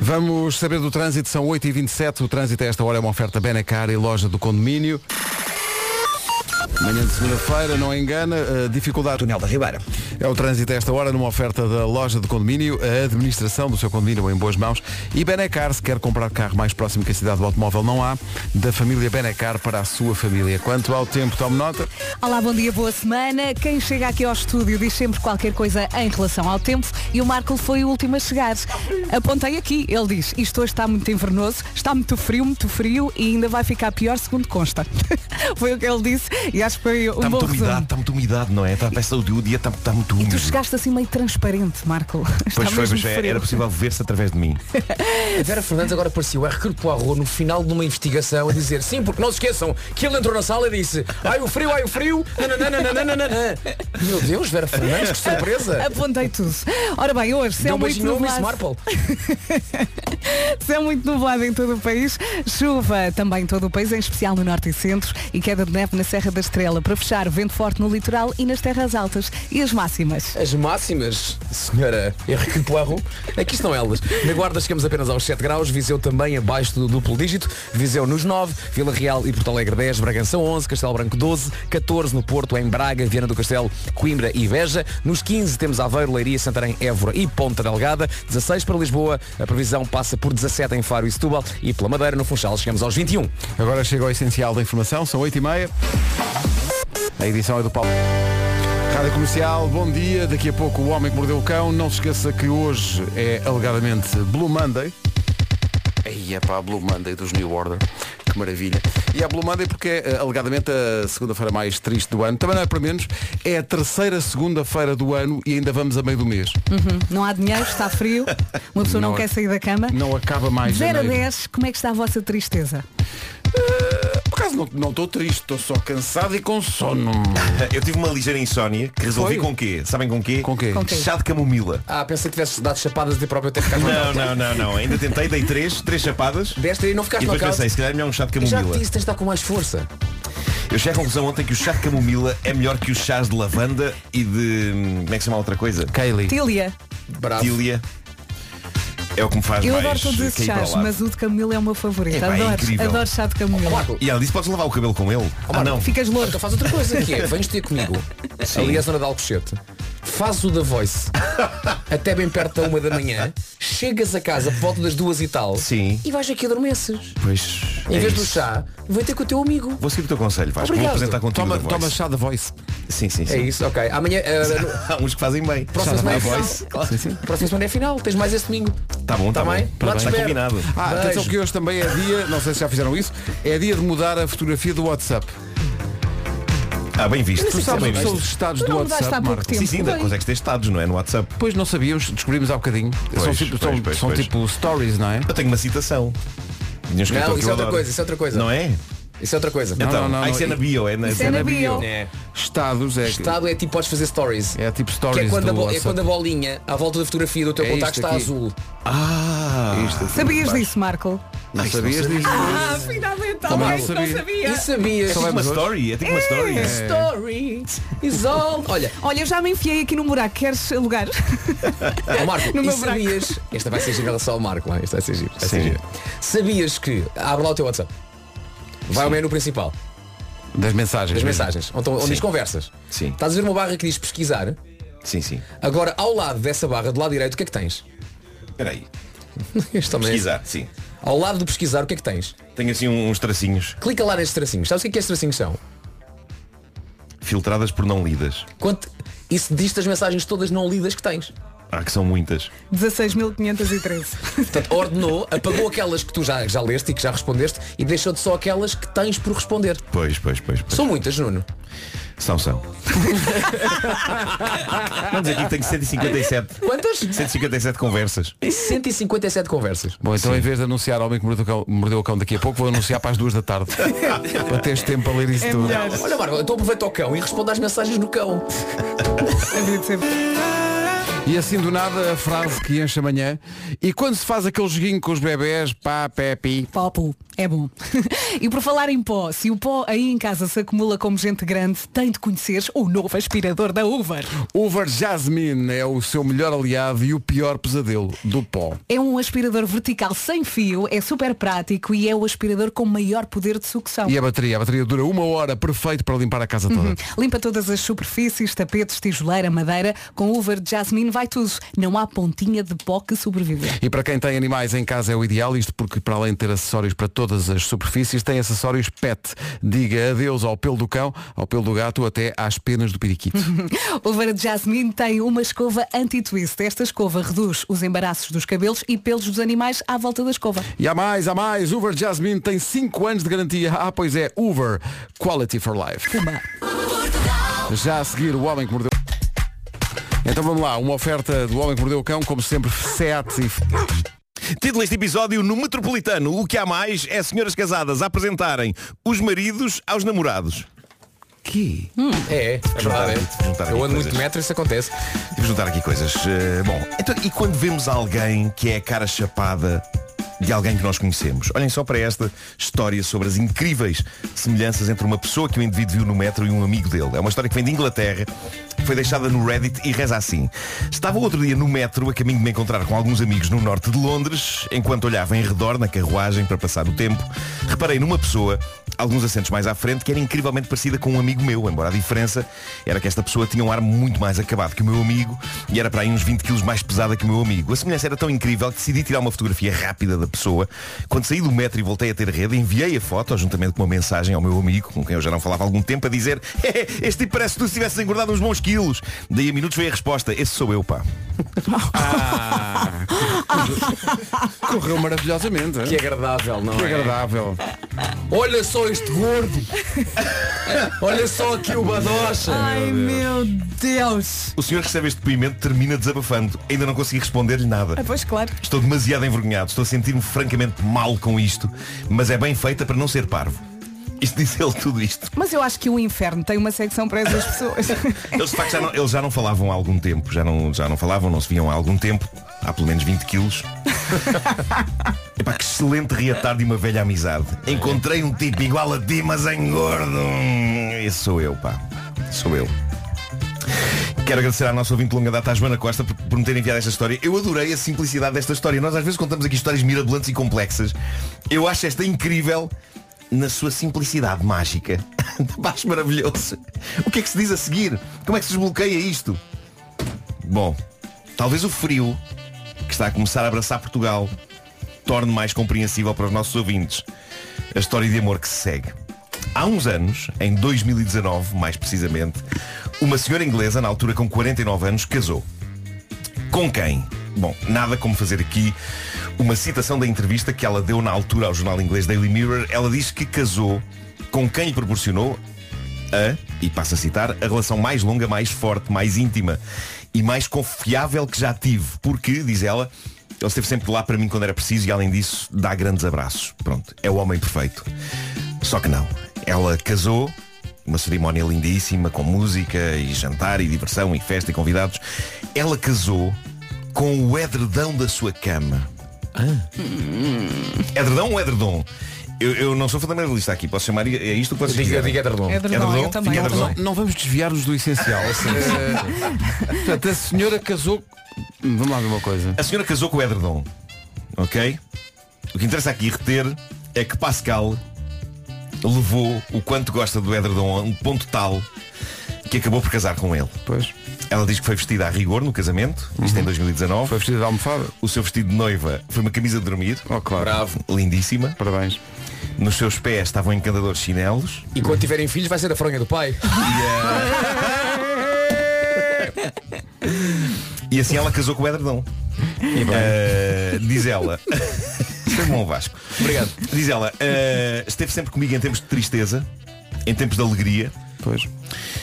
Vamos saber do trânsito, são 8h27, o trânsito a esta hora é uma oferta Benacar e loja do condomínio. Manhã de segunda-feira, não engana, eh, dificuldade. Túnel da Ribeira. É o trânsito a esta hora numa oferta da loja de condomínio, a administração do seu condomínio em boas mãos e Benacar, se quer comprar carro mais próximo que a cidade do automóvel não há, da família Benacar para a sua família. Quanto ao tempo, tome nota.
Olá, bom dia, boa semana. Quem chega aqui ao estúdio diz sempre qualquer coisa em relação ao tempo e o Marco foi o último a chegar. Apontei aqui, ele diz, isto hoje está muito invernoso, está muito frio, muito frio e ainda vai ficar pior segundo consta. foi o que ele disse e acho que foi um
Está
bom
muito
resumo.
umidade, está muito umidade, não é? Está, parece que o dia está, está muito
E
úmido.
tu chegaste assim meio transparente, Marco.
Pois
está
foi,
mesmo
pois foi,
frio.
era possível ver-se através de mim.
A Vera Fernandes agora apareceu a Hercule Poirot no final de uma investigação a dizer sim, porque não se esqueçam que ele entrou na sala e disse ai o frio, ai o frio, nananana. Meu Deus, Vera Fernandes, que surpresa. um
Apontei tudo. Ora bem, hoje
Não
céu é muito
imaginou Miss
nublado.
Marple.
Céu muito nublado em todo o país, chuva também em todo o país, em especial no norte e centro, e queda de neve na Serra da Estrela. Para fechar, vento forte no litoral e nas terras altas. E as máximas?
As máximas, senhora Henrique Poirot, é aqui estão elas. Na Guarda chegamos apenas aos 7 graus, Viseu também abaixo do duplo dígito, Viseu nos 9, Vila Real e Porto Alegre 10, Bragança 11, Castelo Branco 12, 14 no Porto, em Braga, Viana do Castelo, Coimbra e Veja. Nos 15 temos Aveiro, Leiria, Santarém, Évora e Ponta Delgada, 16 para Lisboa, a previsão passa por 17 em Faro e Setúbal e pela Madeira no Funchal chegamos aos 21.
Agora chega ao essencial da informação, são 8h30. A edição é do Paulo. Rádio Comercial, bom dia. Daqui a pouco o Homem que Mordeu o Cão. Não se esqueça que hoje é alegadamente Blue Monday. Aí é para a Blue Monday dos New Order. Que maravilha. E é Blue Monday porque é eh, alegadamente a segunda-feira mais triste do ano. Também não é para menos. É a terceira segunda-feira do ano e ainda vamos a meio do mês.
Não há dinheiro, está frio, uma pessoa não,
Não é-
quer sair da cama.
Não acaba mais
0 a
janeiro.
10, como é que está a vossa tristeza?
Por acaso não- não estou triste, estou só cansado e com sono.
Eu tive uma ligeira insónia que resolvi
Foi?
com quê? Sabem com quê?
Com quê?
Com quê?
Chá de camomila.
Ah, pensei que tivesse dado chapadas de próprio até ficar
Não, não, não, não. Ainda tentei, dei três, três chapadas.
Desta aí não
E
ficaste no
depois pensei, se calhar é melhor um chá de
Eu já
camomila.
te disse, tens de estar com mais força.
Eu cheguei à conclusão ontem que o chá de camomila é melhor que os chás de lavanda e de. Como é que se chama a outra coisa?
Kylie.
Tília,
Bravo.
Tília. É o que me faz
eu
mais
adoro todos esses
cair para o
chás,
lado.
mas o de camomila é o meu favorito.
Epá, é
adoro,
incrível.
adoro chá de camomila.
Marco,
E ela disse, podes lavar o cabelo com ele?
Oh,
ah, não.
Ficas louco.
Então faz outra coisa que é, vens ter comigo ali à zona de Alcochete. Faz o da Voice até bem perto da uma da manhã, chegas a casa por volta das duas e tal
Sim.
e vais aqui adormeces.
Pois.
Em
é
vez do
isso.
chá, vem ter com o teu amigo.
Vou seguir o teu conselho, Vasco. Vou
Obrigado.
apresentar contigo
Toma,
da
toma
voice.
chá da voice.
Sim, sim,
É
sim.
isso, ok. Amanhã, eh, no-
Há uns que fazem bem.
próxima semana é
da
final.
voice.
Claro. Próxima semana é final, tens mais esse domingo.
Tá bom, tá
Tá bem?
bem. Pronto,
Lá te
Está
espero.
combinado.
Ah, atenção
Beijo.
que hoje também é dia, não sei se já fizeram isso, é dia de mudar a fotografia do WhatsApp.
Ah, bem visto.
Tu sabes o
bem
que são
visto.
os estados
Tu
do
não mudaste
WhatsApp,
há pouco
Marco?
tempo.
Sim, sim, ainda consegues ter estados, não é? No WhatsApp.
Pois não sabíamos, descobrimos há bocadinho. são
Pois,
tipo,
pois,
são,
pois,
são
pois.
tipo stories, não é?
Eu tenho uma citação. De um escritor
Não,
que
isso
eu
é outra
adoro.
coisa, isso é outra coisa.
Não é?
Isso é outra coisa.
Não,
Então,
não, não,
ah, isso é
não.
na bio, é na,
Isso é na bio.
É.
Estados é,
Estado é tipo, podes fazer stories.
é tipo
Que
stories
é quando, a
do
bo- é
WhatsApp.
quando a bolinha à volta da fotografia do teu
É
contacto
isto
está
aqui.
azul.
Ah,
Isto,
Sabias disso, Marco?
não sabias disso?
Ah, finalmente,
Também
alguém que
não
não
sabia.
sabia.
E sabias?
é tipo uma
Vamos hoje?
story, é tipo uma story.
Story is all. Olha,
Olha, eu já me enfiei aqui num buraco, queres alugar?
ó Ah, Marco,
No
e
meu
sabias? Esta vai ser gira só ao Marco, não é? Esta vai ser gira. vai ser
Sim.
gira. Sabias que. Abre lá o teu WhatsApp. Vai ao menu principal,
Das mensagens.
das
mesmo.
mensagens, onde, onde diz conversas.
Sim.
Estás a ver uma barra que diz pesquisar.
Sim, sim.
Agora, ao lado dessa barra, do lado direito, o que é que tens?
Espera aí.
Este também é-
Pesquisar, sim.
Ao lado do pesquisar, o que é que tens?
Tenho assim uns tracinhos
Clica lá nestes tracinhos. Sabes o que é que estes tracinhos são?
filtradas por não lidas.
Quanto... Isso diz-te as mensagens todas não lidas que tens.
Ah, que são muitas.
16.513.
Portanto, ordenou, apagou aquelas que tu já, já leste e que já respondeste e deixou-te só aquelas que tens por responder.
Pois, pois, pois. pois.
São muitas, Nuno.
São, são. Vamos dizer aqui que tenho 157.
Quantas?
157 conversas.
157 conversas.
Bom, então em vez de anunciar ao homem que mordeu o cão, mordeu o cão daqui a pouco, vou anunciar para as duas da tarde. para teres tempo para ler
É
É
isso tudo.
Olha, Marco, então aproveita o cão e responde às mensagens do cão.
Havia de ser.
E assim do nada a frase que enche amanhã. E quando se faz aquele joguinho com os bebés, pá, pé, pi.
Pó, pô, é bom. e por falar em pó, se o pó aí em casa se acumula como gente grande, tem de conheceres o novo aspirador da Uber.
Uber Jasmine é o seu melhor aliado e o pior pesadelo do pó.
É um aspirador vertical sem fio, é super prático e é o aspirador com maior poder de sucção.
é-
E a bateria? A bateria dura uma hora, perfeito para limpar a casa toda.
Limpa todas as superfícies, tapetes, tijoleira, madeira, com uva de jasmine vai tudo. Não há pontinha de pó que sobreviva.
E para quem tem animais em casa é o ideal, isto porque para além de ter acessórios para todas as superfícies, tem acessórios PET. Diga adeus ao pelo do cão, ao pelo do gato, até às penas do periquito.
Uva de jasmine tem uma escova anti-twist. Esta escova reduz os embaraços dos cabelos e pelos dos animais à volta da escova.
e há mais, há mais. Uber Jasmine tem 5 anos de garantia. Ah, pois é, Uber. Quality for life.
Pumba.
Já a seguir, o homem que mordeu. Então vamos lá, uma oferta do homem que mordeu o cão, como sempre, SEAT e...
Título deste episódio no Metropolitano. O que há mais é senhoras casadas a apresentarem os maridos aos namorados.
Que?
É, é verdade.
Juntar aqui, juntar
é.
aqui
Eu ando
coisas.
muito metro, isso acontece.
Vamos juntar aqui coisas. Eh, bom, então, e quando vemos alguém que é a cara chapada de alguém que nós conhecemos? Olhem só para esta história sobre as incríveis semelhanças entre uma pessoa que o indivíduo viu no metro e um amigo dele. É uma história que vem de Inglaterra, foi deixada no Reddit e reza assim. Estava outro dia no metro a caminho de me encontrar com alguns amigos no norte de Londres, enquanto olhava em redor na carruagem para passar o tempo, reparei numa pessoa alguns assentos mais à frente, que era incrivelmente parecida com um amigo meu, embora a diferença era que esta pessoa tinha um ar muito mais acabado que o meu amigo e era para aí uns 20 quilos mais pesada que o meu amigo. A semelhança era tão incrível que decidi tirar uma fotografia rápida da pessoa. Quando saí do metro e voltei a ter rede, enviei a foto, juntamente com uma mensagem ao meu amigo, com quem eu já não falava há algum tempo, a dizer este tipo parece que tu tivesse engordado uns bons quilos. Daí a minutos veio a resposta, esse sou eu, pá.
Ah. Correu maravilhosamente. hein?
Que agradável, não
Que
é?
agradável.
Olha só este gordo. Olha só aqui o badocha.
Ai meu Deus!
O senhor recebe este depoimento, termina desabafando. Ainda não consegui responder-lhe nada.
Ah, Pois claro.
Estou demasiado envergonhado, estou a sentir-me francamente mal com isto, mas é bem feita para não ser parvo. Isto diz ele tudo isto.
Mas eu acho que o inferno tem uma secção para essas pessoas.
Eles de facto já não, eles já não falavam há algum tempo, já não, já não falavam, não se viam há algum tempo, há pelo menos 20 quilos. Epá, que excelente reatar de uma velha amizade. Encontrei um tipo igual a ti, mas engordo. Esse sou eu, pá. Sou eu. Quero agradecer à nossa ouvinte de longa data, à Joana Costa, por, por me ter enviado esta história. Eu adorei a simplicidade desta história. Nós às vezes contamos aqui histórias mirabolantes e complexas. Eu acho esta incrível na sua simplicidade mágica. Acho maravilhoso. O que é que se diz a seguir? Como é que se desbloqueia isto? Bom, talvez o frio que está a começar a abraçar Portugal torne mais compreensível para os nossos ouvintes a história de amor que se segue. Há uns anos, em 2019 mais precisamente, uma senhora inglesa, na altura com 49 anos, casou. Com quem? Bom, nada como fazer aqui uma citação da entrevista que ela deu na altura ao jornal inglês Daily Mirror. Ela diz que casou com quem lhe proporcionou a, É. e passo a citar, a relação mais longa, mais forte, mais íntima e mais confiável que já tive. Porque, diz ela, ele esteve sempre lá para mim quando era preciso e além disso dá grandes abraços. Pronto, é o homem perfeito. Só que não. Ela casou, uma cerimónia lindíssima, com música e jantar e diversão e festa e convidados. Ela casou com o edredão da sua cama. Edredão ou edredom? Eu, eu não sou fundamentalista aqui, posso chamar é isto que vocês
Diga,
quiserem.
diga Edredom.
É verdade,
Edredom,
eu também.
tinha
Não,
razão.
não vamos desviar-nos do essencial. Eh, Portanto, a senhora casou. Vamos lá ver uma coisa.
A senhora casou com o Edredom. Ok? O que interessa aqui reter é que Pascal levou o quanto gosta do Edredom a um ponto tal que acabou por casar com ele.
Pois. Uhum.
Ela diz que foi vestida a rigor no casamento, isto em 2019.
Foi vestida de almofada?
O seu vestido de noiva foi uma camisa de dormir,
Oh, claro.
lindíssima.
Parabéns.
Nos seus pés estavam encantadores chinelos.
E quando tiverem filhos vai ser a fronha do pai.
E assim ela casou com o Edredom. Eh, diz ela. Foi bom Vasco.
Obrigado.
Diz ela, eh, esteve sempre comigo em tempos de tristeza, em tempos de alegria.
Pois.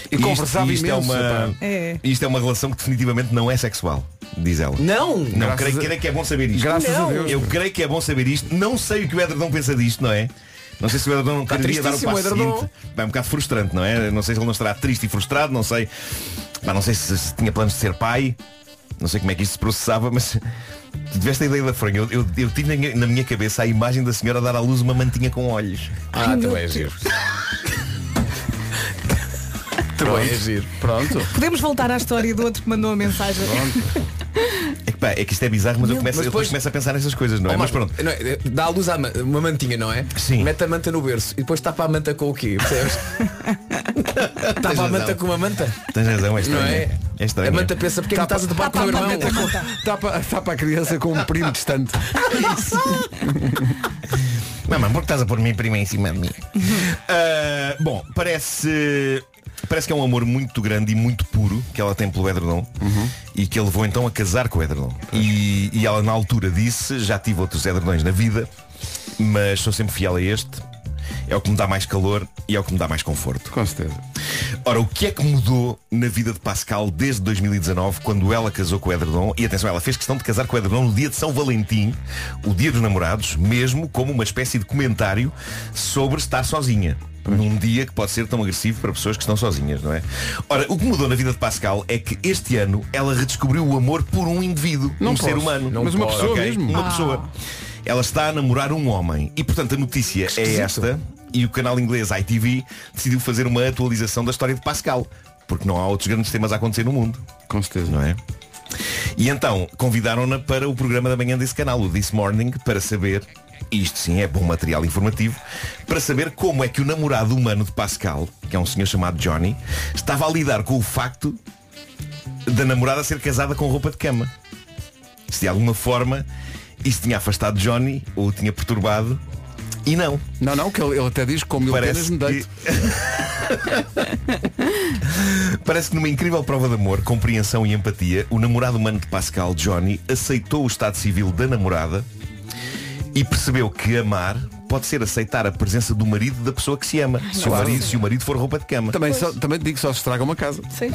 E,
isto-
conversava
isto,
imenso.
é
pá.
uma,
É.
isto é uma relação que definitivamente não é sexual, diz ela.
Não!
Não,
Graças
creio,
a-
creio que é bom saber isto.
Graças a
Não.
Deus.
Eu creio que é bom saber isto. Não sei o que o Edredon pensa disto, não é? Não sei se o Edredon não
Está
queria dar o
tristíssimo,
passo
Edredom.
seguinte. Pá, É um bocado frustrante, não é? Não sei se ele não estará triste e frustrado, não sei. Pá, não sei se, se tinha planos de ser pai. Não sei como é que isto se processava, mas tu tiveste a ideia da franha. Eu, eu, eu tive na minha- na minha cabeça a imagem da senhora dar à luz uma mantinha com olhos.
Ah, também é giro. Também é giro.
Pronto.
Podemos voltar à história do outro que mandou a mensagem.
É que, pá, é que isto é bizarro, mas eu começo,
mas
eu
depois-
começo a pensar nestas coisas, não é?
Oh,
mas
Marco,
pronto.
não é, dá à luz à ma- uma mantinha, não é?
Sim.
Mete a manta no berço e depois tapa a manta com o quê? Percebes? tapa a manta
razão.
com uma manta?
Tens razão, é
Não
estranho.
é?
É estranho.
A manta pensa porque é que estás a tapar com o
Tapa a
meu irmão.
manta com-
Tapa, tapa a criança com um primo distante.
Mamãe, por que estás a pôr minha prima em cima de mim? Ah, bom, parece. Parece que é um amor muito grande e muito puro que ela tem pelo Edredon e que ele levou então a casar com o Edredon. E, e ela na altura disse, já tive outros Edredons na vida, mas sou sempre fiel a este. É o que me dá mais calor e é o que me dá mais conforto.
Com certeza.
Ora, o que é que mudou na vida de Pascal desde 2019, quando ela casou com o Edredon? E atenção, ela fez questão de casar com o Edredon no dia de São Valentim, o dia dos namorados, mesmo como uma espécie de comentário sobre estar sozinha. Num dia que pode ser tão agressivo para pessoas que estão sozinhas, não é? Ora, o que mudou na vida de Pascal é que este ano ela redescobriu o amor por um indivíduo,
Não
um
posso.
ser humano.
Não Mas uma pode. pessoa
Ok?
mesmo.
Uma pessoa. Ela está a namorar um homem. E portanto a notícia é esta. E o canal inglês ITV decidiu fazer uma atualização da história de Pascal. Porque não há outros grandes temas a acontecer no mundo.
Com certeza.
Não é? E então convidaram-na para o programa da manhã desse canal, o This Morning, para saber, e isto sim é bom material informativo, para saber como é que o namorado humano de Pascal, que é um senhor chamado Johnny, estava a lidar com o facto da namorada ser casada com roupa de cama. Se de alguma forma isso tinha afastado Johnny ou o tinha perturbado. E não.
Não, não, que ele, ele até diz como eu apenas
Parece
me
que...
deito.
Parece que numa incrível prova de amor, compreensão e empatia, o namorado humano de Pascal, Johnny, aceitou o estado civil da namorada e percebeu que amar pode ser aceitar a presença do marido da pessoa que se ama. se, o marido, se o marido for roupa de cama.
Também, só, também te digo que só se estraga uma casa.
Sim.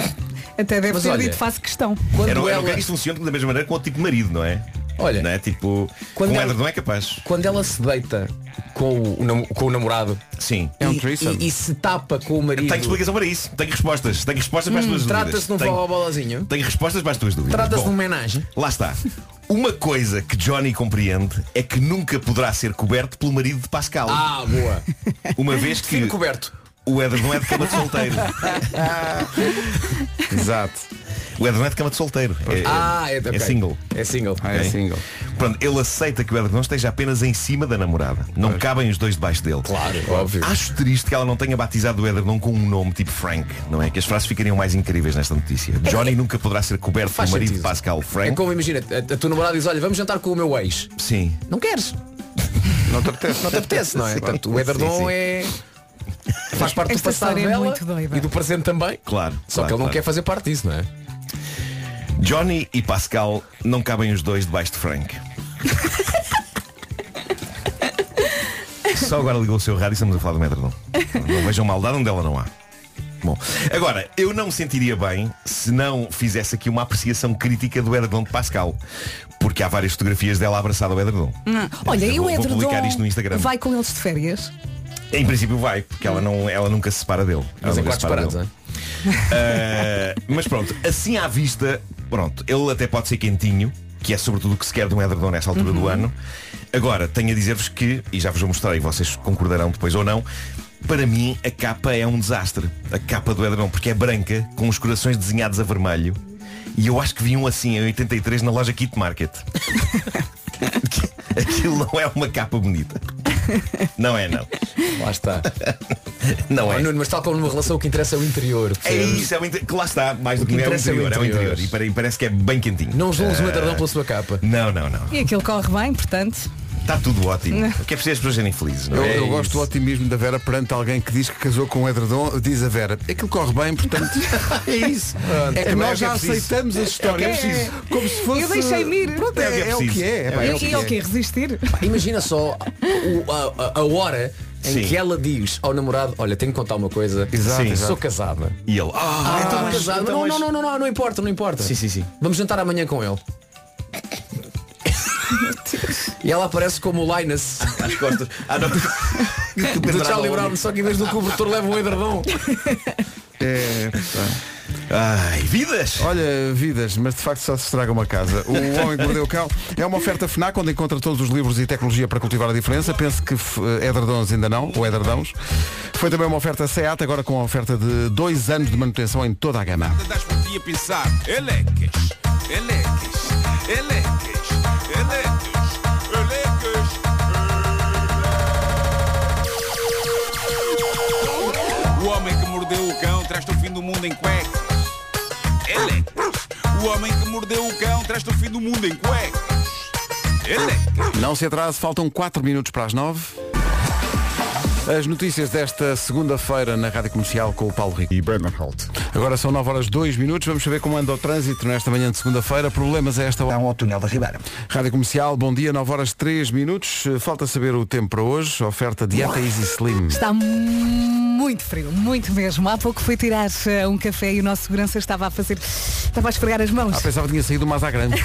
Até deve
Mas
ter
olha,
dito, faço questão.
Quando
Era, era um
ela,
bocado- isto funciona da mesma maneira com outro tipo de marido, não é?
Olha,
não é? Tipo,
quando
com
ela-
ela... não é capaz.
quando ela se deita com o, nam- com o namorado
Sim.
É um
e,
threesome.
e- e se tapa com o marido,
Tenho explicação para isso. Tenho respostas. Tenho respostas para as tuas
trata-se de um
dúvidas. Tenho-
forró-bolazinho?
Tenho respostas para as tuas dúvidas.
Trata-se de
Bom,
um uma homenagem?
Lá está. Uma coisa que Johnny compreende é que nunca poderá ser coberto pelo marido de Pascal.
Ah, boa.
Uma vez que
Fico coberto.
o Edredon é de cama de solteiro.
Exato.
O Edredon é de cama de solteiro. É, é-
Ah, é, ok.
é single.
É single.
Ah, é
Ok?
single.
Pronto, ele aceita que o Edredon esteja apenas em cima da namorada. Não cabem os dois debaixo dele.
Claro, óbvio.
Acho triste que ela não tenha batizado o Edredon com um nome tipo Frank, não é? Que as frases ficariam mais incríveis nesta notícia. Johnny nunca poderá ser coberto
É Faz
pelo marido
sentido.
de Pascal
É
Frank.
como imagina, a, a tua namorada diz, olha, vamos jantar com o meu ex.
Sim.
Não queres.
Não te apetece.
Não te apetece, não é?
Sim.
Portanto, o Edredon
Sim, sim.
é. Faz parte
Esta
do passado
história é
dela
muito doida.
e do presente também.
Claro. claro,
Só que ele não
claro.
quer fazer parte disso, não é?
Johnny e Pascal não cabem os dois debaixo de Frank. Só agora ligou o seu rádio e estamos a falar do Metrodon. Não vejam maldade onde ela não há. Bom, agora, eu não me sentiria bem se não fizesse aqui uma apreciação crítica do Edredon de Pascal. Porque há várias fotografias dela abraçada ao Edredon.
Hum. Olha, e
vou-
o
vou
Edredom
publicar isto no Instagram.
vai com eles de férias?
Em princípio vai, porque ela, não, ela nunca se separa dele. Ela
Mas em
nunca
quatro é?
se separa
parados,
dele.
hein?
Uh, mas pronto, assim à vista, pronto, ele até pode ser quentinho, que é sobretudo o que se quer de um edredom nessa altura do ano. Agora, tenho a dizer-vos que, e já vos vou mostrar e vocês concordarão depois ou não, para mim a capa é um desastre. A capa do edredom, porque é branca, com os corações desenhados a vermelho. E eu acho que vi um assim em 83 na loja Kit Market. Aquilo não é uma capa bonita. Não é, não.
Lá está.
Não
Oh,
é.
Nuno, mas tal como numa relação, o que interessa é o interior.
É
percebes?
isso, é o inter... que lá está, mais do
O
que,
que
não é o
interessa é o
interior, é o
interior.
interior. E pare- parece que é bem quentinho.
Não julgues um
Ah,
edredom pela sua capa.
Não, não, não.
E aquilo corre bem, portanto.
Está tudo ótimo. O que é preciso as pessoas serem felizes, não
Eu,
é?
eu
É
gosto do
isso.
otimismo da Vera perante alguém que diz que casou com um edredom, diz a Vera, aquilo corre bem, portanto. é isso. É que
É,
nós
mas é
já
preciso.
aceitamos as histórias.
que é preciso.
Como se fosse.
Eu deixei-me ir.
Pronto, é, é o que é. pá,
E
é o
e
que
é o
é.
quê? Resistir?
Imagina só o- a, a- a hora em
Sim.
que ela diz ao namorado, olha, tenho que contar uma coisa.
Exato,
Sim.
exato.
Sou casada.
E ele. Ah, então,
Estou
mas-
casada.
então,
não,
mas-
não, não, não, não, não importa, não importa.
Sim, sim, sim.
Vamos jantar amanhã com ele. e ela aparece como o Linus
Às costas. Ah, não. Que
do
pendurado
Charlie
ao
Brown,
ombro.
só que em vez do cobertor leva um edredom.
É, pá.
Ai, vidas!
Olha, vidas, mas de facto só se estraga uma casa. O Homem que Mordeu o Cão é uma oferta FNAC onde encontra todos os livros e tecnologia para cultivar a diferença. Penso que f- eh, edredons ainda não, ou edredãos. Foi também uma oferta SEAT, agora com a oferta de dois anos de manutenção em toda a gama.
das por ti a pensar. Eleques, eleques, eleques, eleques, eleques. O homem que mordeu o cão traz-te o fim do mundo em cuecas. Eleques. O homem que mordeu o cão traz-te o fim do mundo em cuecas. Eleques.
Não se atrase, faltam 4 minutos para as 9. As notícias desta segunda-feira na Rádio Comercial com o Paulo Rico.
E Bernard Holt.
Agora são 9 horas 2 minutos, vamos saber como anda o trânsito nesta manhã de segunda-feira. Problemas a esta hora.
Então ao túnel da Ribeira.
Rádio Comercial, bom dia, 9 horas 3 minutos. Eh, Falta saber o tempo para hoje. Oferta Dieta Easy Slim.
Está muito frio, muito mesmo. Há pouco fui tirar eh, um café e o nosso segurança estava a fazer. Estava a esfregar as mãos.
Ah, pensava que tinha saído mais à grande.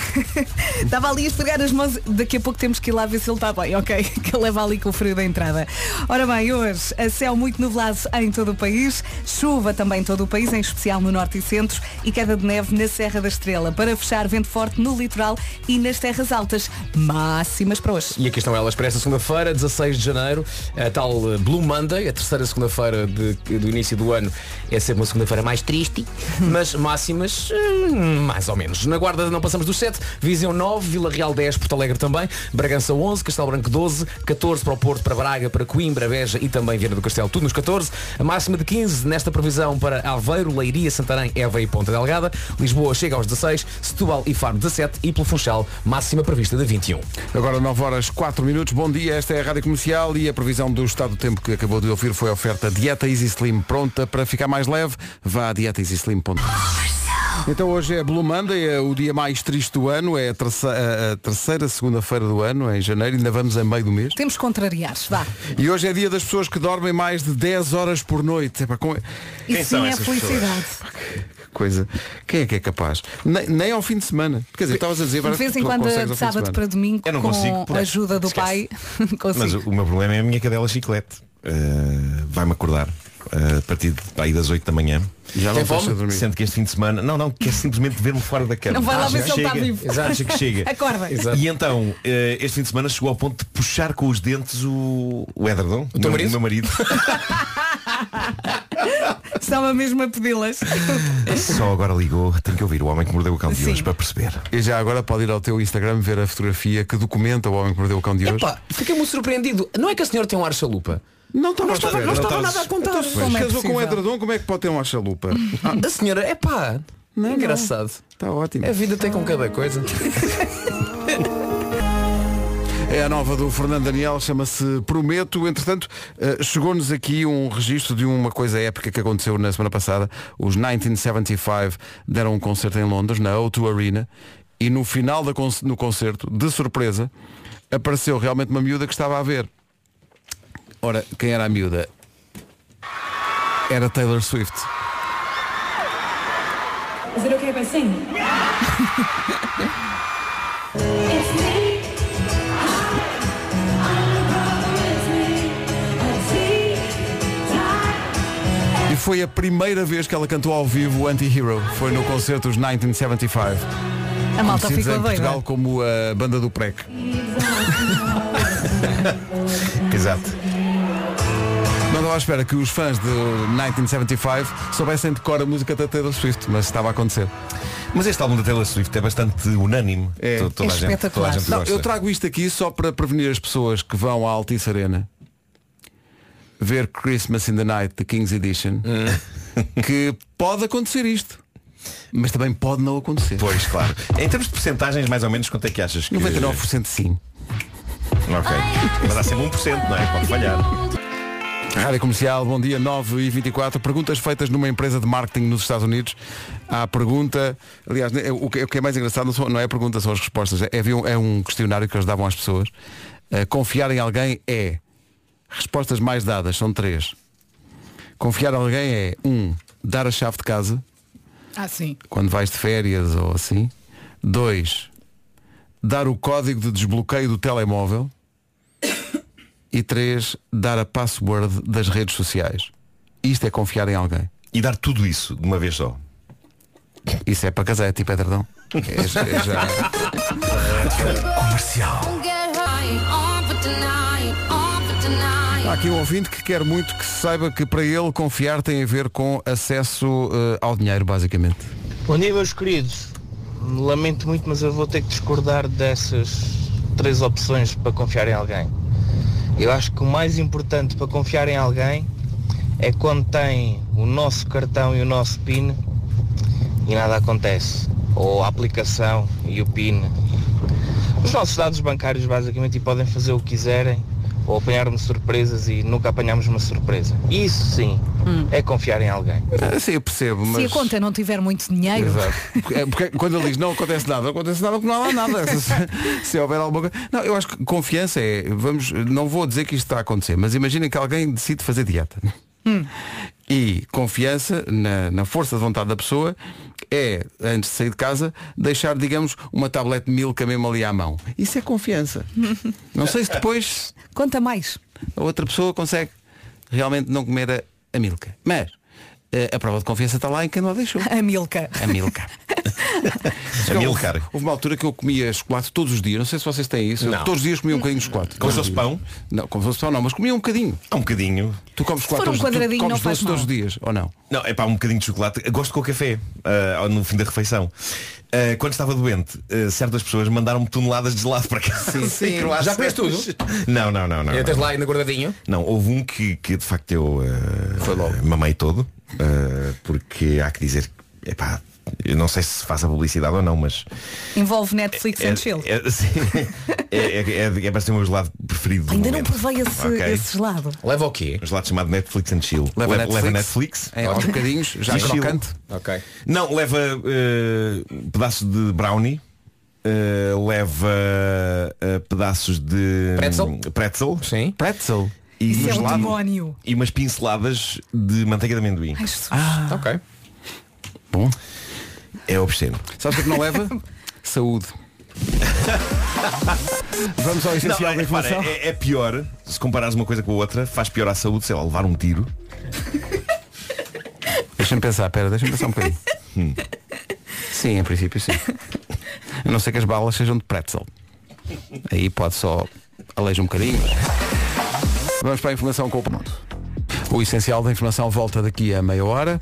Estava ali a esfregar as mãos. Daqui a pouco temos que ir lá ver se ele está bem, ok? Que ele leva ali com o frio da entrada. Ora bem, hoje, a céu muito nublado em todo o país, chuva também em todo o país, em especial no norte e centro, e queda de neve na Serra da Estrela. Para fechar, vento forte no litoral e nas terras altas. Máximas para hoje.
E aqui estão elas para esta segunda-feira, 16 de janeiro, a tal eh, Blue Monday, a terceira segunda-feira de- do início do ano, é sempre uma segunda-feira mais triste, mas máximas, eh, mais ou menos. Na Guarda não passamos dos 7, Viseu 9, Vila Real 10, Porto Alegre também, Bragança 11, Castelo Branco 12, 14 para o Porto, para Braga, para Coimbra, Beja e também Viana do Castelo, tudo nos 14, a máxima de 15 nesta previsão para Aveiro, Leiria, Santarém, Évora e Ponta Delgada, Lisboa chega aos 16, Setúbal e Faro 17 e pelo Funchal, máxima prevista de 21.
Agora 9 horas 4 minutos. Bom dia, esta é a Rádio Comercial e a previsão do estado do tempo que acabou de ouvir foi a oferta Dieta Easy Slim pronta para ficar mais leve. Vá a dietaeasyslim.com. Então hoje é Blue Monday, é o dia mais triste do ano, é a terceira, a- a terceira segunda-feira do ano, em janeiro, ainda vamos a meio do mês.
Temos que contrariar, vá.
E hoje é dia das pessoas que dormem mais de 10 horas por noite. Epá, com-
E
Quem
sim
são
é
essas
felicidade.
coisa. Quem é que é capaz? Nem, nem ao fim de semana. Quer dizer, estavas a dizer
De vez em quando, de sábado para domingo,
Eu não consigo,
com
por-
a ajuda do pai,
esquece.
consigo.
Mas o, o meu problema é a minha cadela chiclete. Uh, Vai-me acordar uh, a partir de, aí das 8 da manhã.
Já não
Tem
estás
fome?
a dormir.
Sendo que este fim de semana. Não, não, quer simplesmente ver-me fora da cama.
Não vai lá
Acha
ver se
que
ele está
chega.
vivo.
Exato, acha que chega.
Acorda.
E então, eh, este fim de semana chegou ao ponto de puxar com os dentes o, o Edredon, o,
teu
meu,
marido?
o meu marido.
Estava mesmo a pedi-las.
Só agora ligou, tem que ouvir o homem que mordeu o cão de
Sim.
hoje para perceber.
E já agora pode ir ao teu Instagram ver a fotografia que documenta o homem que mordeu o cão de hoje.
Epá, fiquei-me surpreendido. Não é que a senhora tem um ar chalupa.
Não estava
estava- não estava nada a
contar.
Como é
casou com um
possível?
edredom, como é que pode ter um achalupa?
A senhora, é pá.
Não, não.
engraçado.
Está tá ótimo.
A vida tem com cada coisa.
É a nova do Fernando Daniel, chama-se Prometo. Entretanto, eh, chegou-nos aqui um registro de uma coisa épica que aconteceu na semana passada. Os 1975 deram um concerto em Londres, na O2 Arena, e no final da con- no concerto, de surpresa, apareceu realmente uma miúda que estava a ver. Ora, quem era a miúda? Era Taylor Swift.
Is it okay if I sing? it's me. Hi, I'm your brother, it's me. A tea
foi a primeira vez que ela cantou ao vivo Anti-Hero. Foi no concerto dos 1975.
A malta
conhecidos
ficou é?
em Portugal
doida.
como a banda do PREC.
Exato.
Não estava à espera que os fãs de 1975 soubessem de cor a música da Taylor Swift, mas estava a acontecer.
Mas este álbum da Taylor Swift é bastante unânime.
É.
To- toda
É
a gente- toda a
espetacular.
gente
Não,
gosta.
eu trago isto aqui só para prevenir as pessoas que vão à Altice Arena ver Christmas in the Night, the King's Edition, que pode acontecer isto, mas também pode não acontecer.
Pois, claro. Em termos de porcentagens, mais ou menos, quanto é que achas que...
99% sim.
Ok. Mas há sempre 1%, não é? Pode falhar.
Rádio Comercial, bom dia, 9 e 24 Perguntas feitas numa empresa de marketing nos Estados Unidos. Há a pergunta, aliás, né, o que o que é mais engraçado não, são- não é a pergunta, são as respostas. É, havia um- é um questionário que eles davam às pessoas. Eh, confiar em alguém é. Respostas mais dadas são três. Confiar em alguém é, um, dar a chave de casa,
Ah, sim.
quando vais de férias ou assim. Dois, dar o código de desbloqueio do telemóvel. E três, dar a password das redes sociais. Isto é confiar em alguém.
E dar tudo isso de uma vez só.
Isso é para casar, é tipo Edredão. É, já- é já- Há aqui um ouvinte que quer muito que se saiba que para ele confiar tem a ver com acesso eh, ao dinheiro, basicamente.
Bom dia, meus queridos. Lamento muito, mas eu vou ter que discordar dessas três opções para confiar em alguém. Eu acho que o mais importante para confiar em alguém é quando tem o nosso cartão e o nosso PIN e nada acontece. Ou a aplicação e o PIN. Os nossos dados bancários basicamente e podem fazer o que quiserem ou apanhar-me surpresas e nunca apanhamos uma surpresa. Isso sim é confiar em alguém.
Ah, sim, eu percebo, mas...
Se a conta não tiver muito dinheiro,
Exato. É, porque quando ele diz não acontece nada, não acontece nada porque não há lá nada. Se, se houver alguma coisa. Não, eu acho que confiança é, vamos, não vou dizer que isto está a acontecer, mas imaginem que alguém decide fazer dieta. E confiança na, na força de vontade da pessoa é, antes de sair de casa, deixar, digamos, uma tablete de milka mesmo ali à mão. Isso é confiança. Não sei se depois
conta mais.
a outra pessoa consegue realmente não comer a, a milka. Mas eh, a prova de confiança está lá em quem não a deixou.
A Milka.
É.
A milka.
A mil, cara.
Houve uma altura que eu comia chocolate todos os dias, não sei se vocês têm isso. Eu
Não.
todos os dias comia um bocadinho de chocolate.
Como se
Todos os
fosse
dias.
pão?
Não, como se fosse pão não, mas comia um bocadinho.
Há um bocadinho.
Tu comes chocolate
for um
todos, tu
quadradinho,
comes
não faz
doce todos os dias, ou não?
Não, é para um bocadinho de chocolate. Eu Gosto com o café, ah, no fim da refeição. Ah, quando estava doente, ah, certas pessoas mandaram-me toneladas de gelado para casa. Sim,
sim. Já comeste tudo?
Não, não, não, não.
E
não.
tens lá ainda guardadinho?
Não, houve um que, que de facto eu eh,
Foi logo.
mamei todo, eh, porque há que dizer, epá, eu não sei se faço a publicidade ou não, mas
Envolve Netflix and Chill.
é, é, sim, é, é, é, é para ser o meu gelado preferido. do
Ainda não
um momento.
provei esse,
Ok.
esse gelado.
Leva o quê?
Um gelado chamado Netflix and Chill.
Leva
Leva-
Netflix.
leva Netflix.
É, aos bocadinhos, já
E chill.
crocante.
Ok.
Não, leva eh, um pedaço de brownie. eh, leva eh, pedaços de hum,
Pretzel?
pretzel
Sim.
Pretzel.
e,
Isso é o
gelado.
demónio.
e umas pinceladas de manteiga de amendoim
Ai, Jesus.
Ok.
Bom.
é obsceno
Sabes o que é que não leva? Saúde. Vamos ao
Não,
essencial da
é, repara,
informação.
é- é pior, se comparares uma coisa com a outra, faz pior à saúde, sei lá, levar um tiro.
Deixa-me pensar, pera, deixa-me pensar um bocadinho. Sim, em princípio sim. A não ser que as balas sejam de pretzel. Aí pode só aleja um bocadinho. Vamos para a informação com o ponto. O essencial da informação volta daqui a meia hora.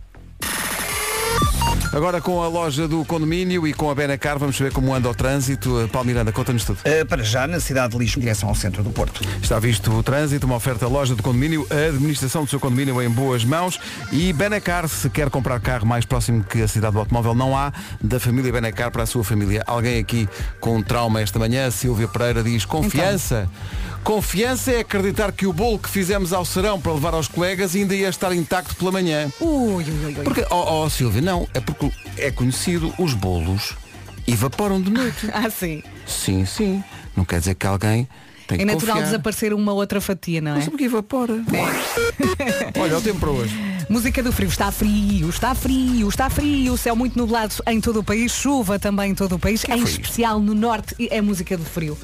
Agora com a loja do condomínio e com a Benacar vamos ver como anda o trânsito. Paulo Miranda, conta-nos tudo.
Eh, para já, na cidade de Lisboa, direção ao centro do Porto. Um
Está visto o trânsito, uma oferta à loja de condomínio, a administração do seu condomínio em boas mãos e Benacar, se quer comprar carro mais próximo que a cidade do automóvel, não há da família Benacar para a sua família. Alguém aqui com um trauma esta manhã, Silvia Pereira diz confiança. Confiança é acreditar que o bolo que fizemos ao serão para levar aos colegas ainda ia estar intacto pela manhã.
Ui, ui, ui, ui.
Porque, oh, oh Silvia, não, é porque é conhecido, os bolos evaporam de noite.
Ah, sim.
Sim, sim. Não quer dizer que alguém tem
É
que
natural
confiar.
desaparecer uma outra fatia, não é?
Sabe o que evapora? Olha, o tempo para hoje.
Música do frio, está frio, está frio, está frio, céu muito nublado em todo o país, chuva também em todo o país, em especial no norte, e é música do frio.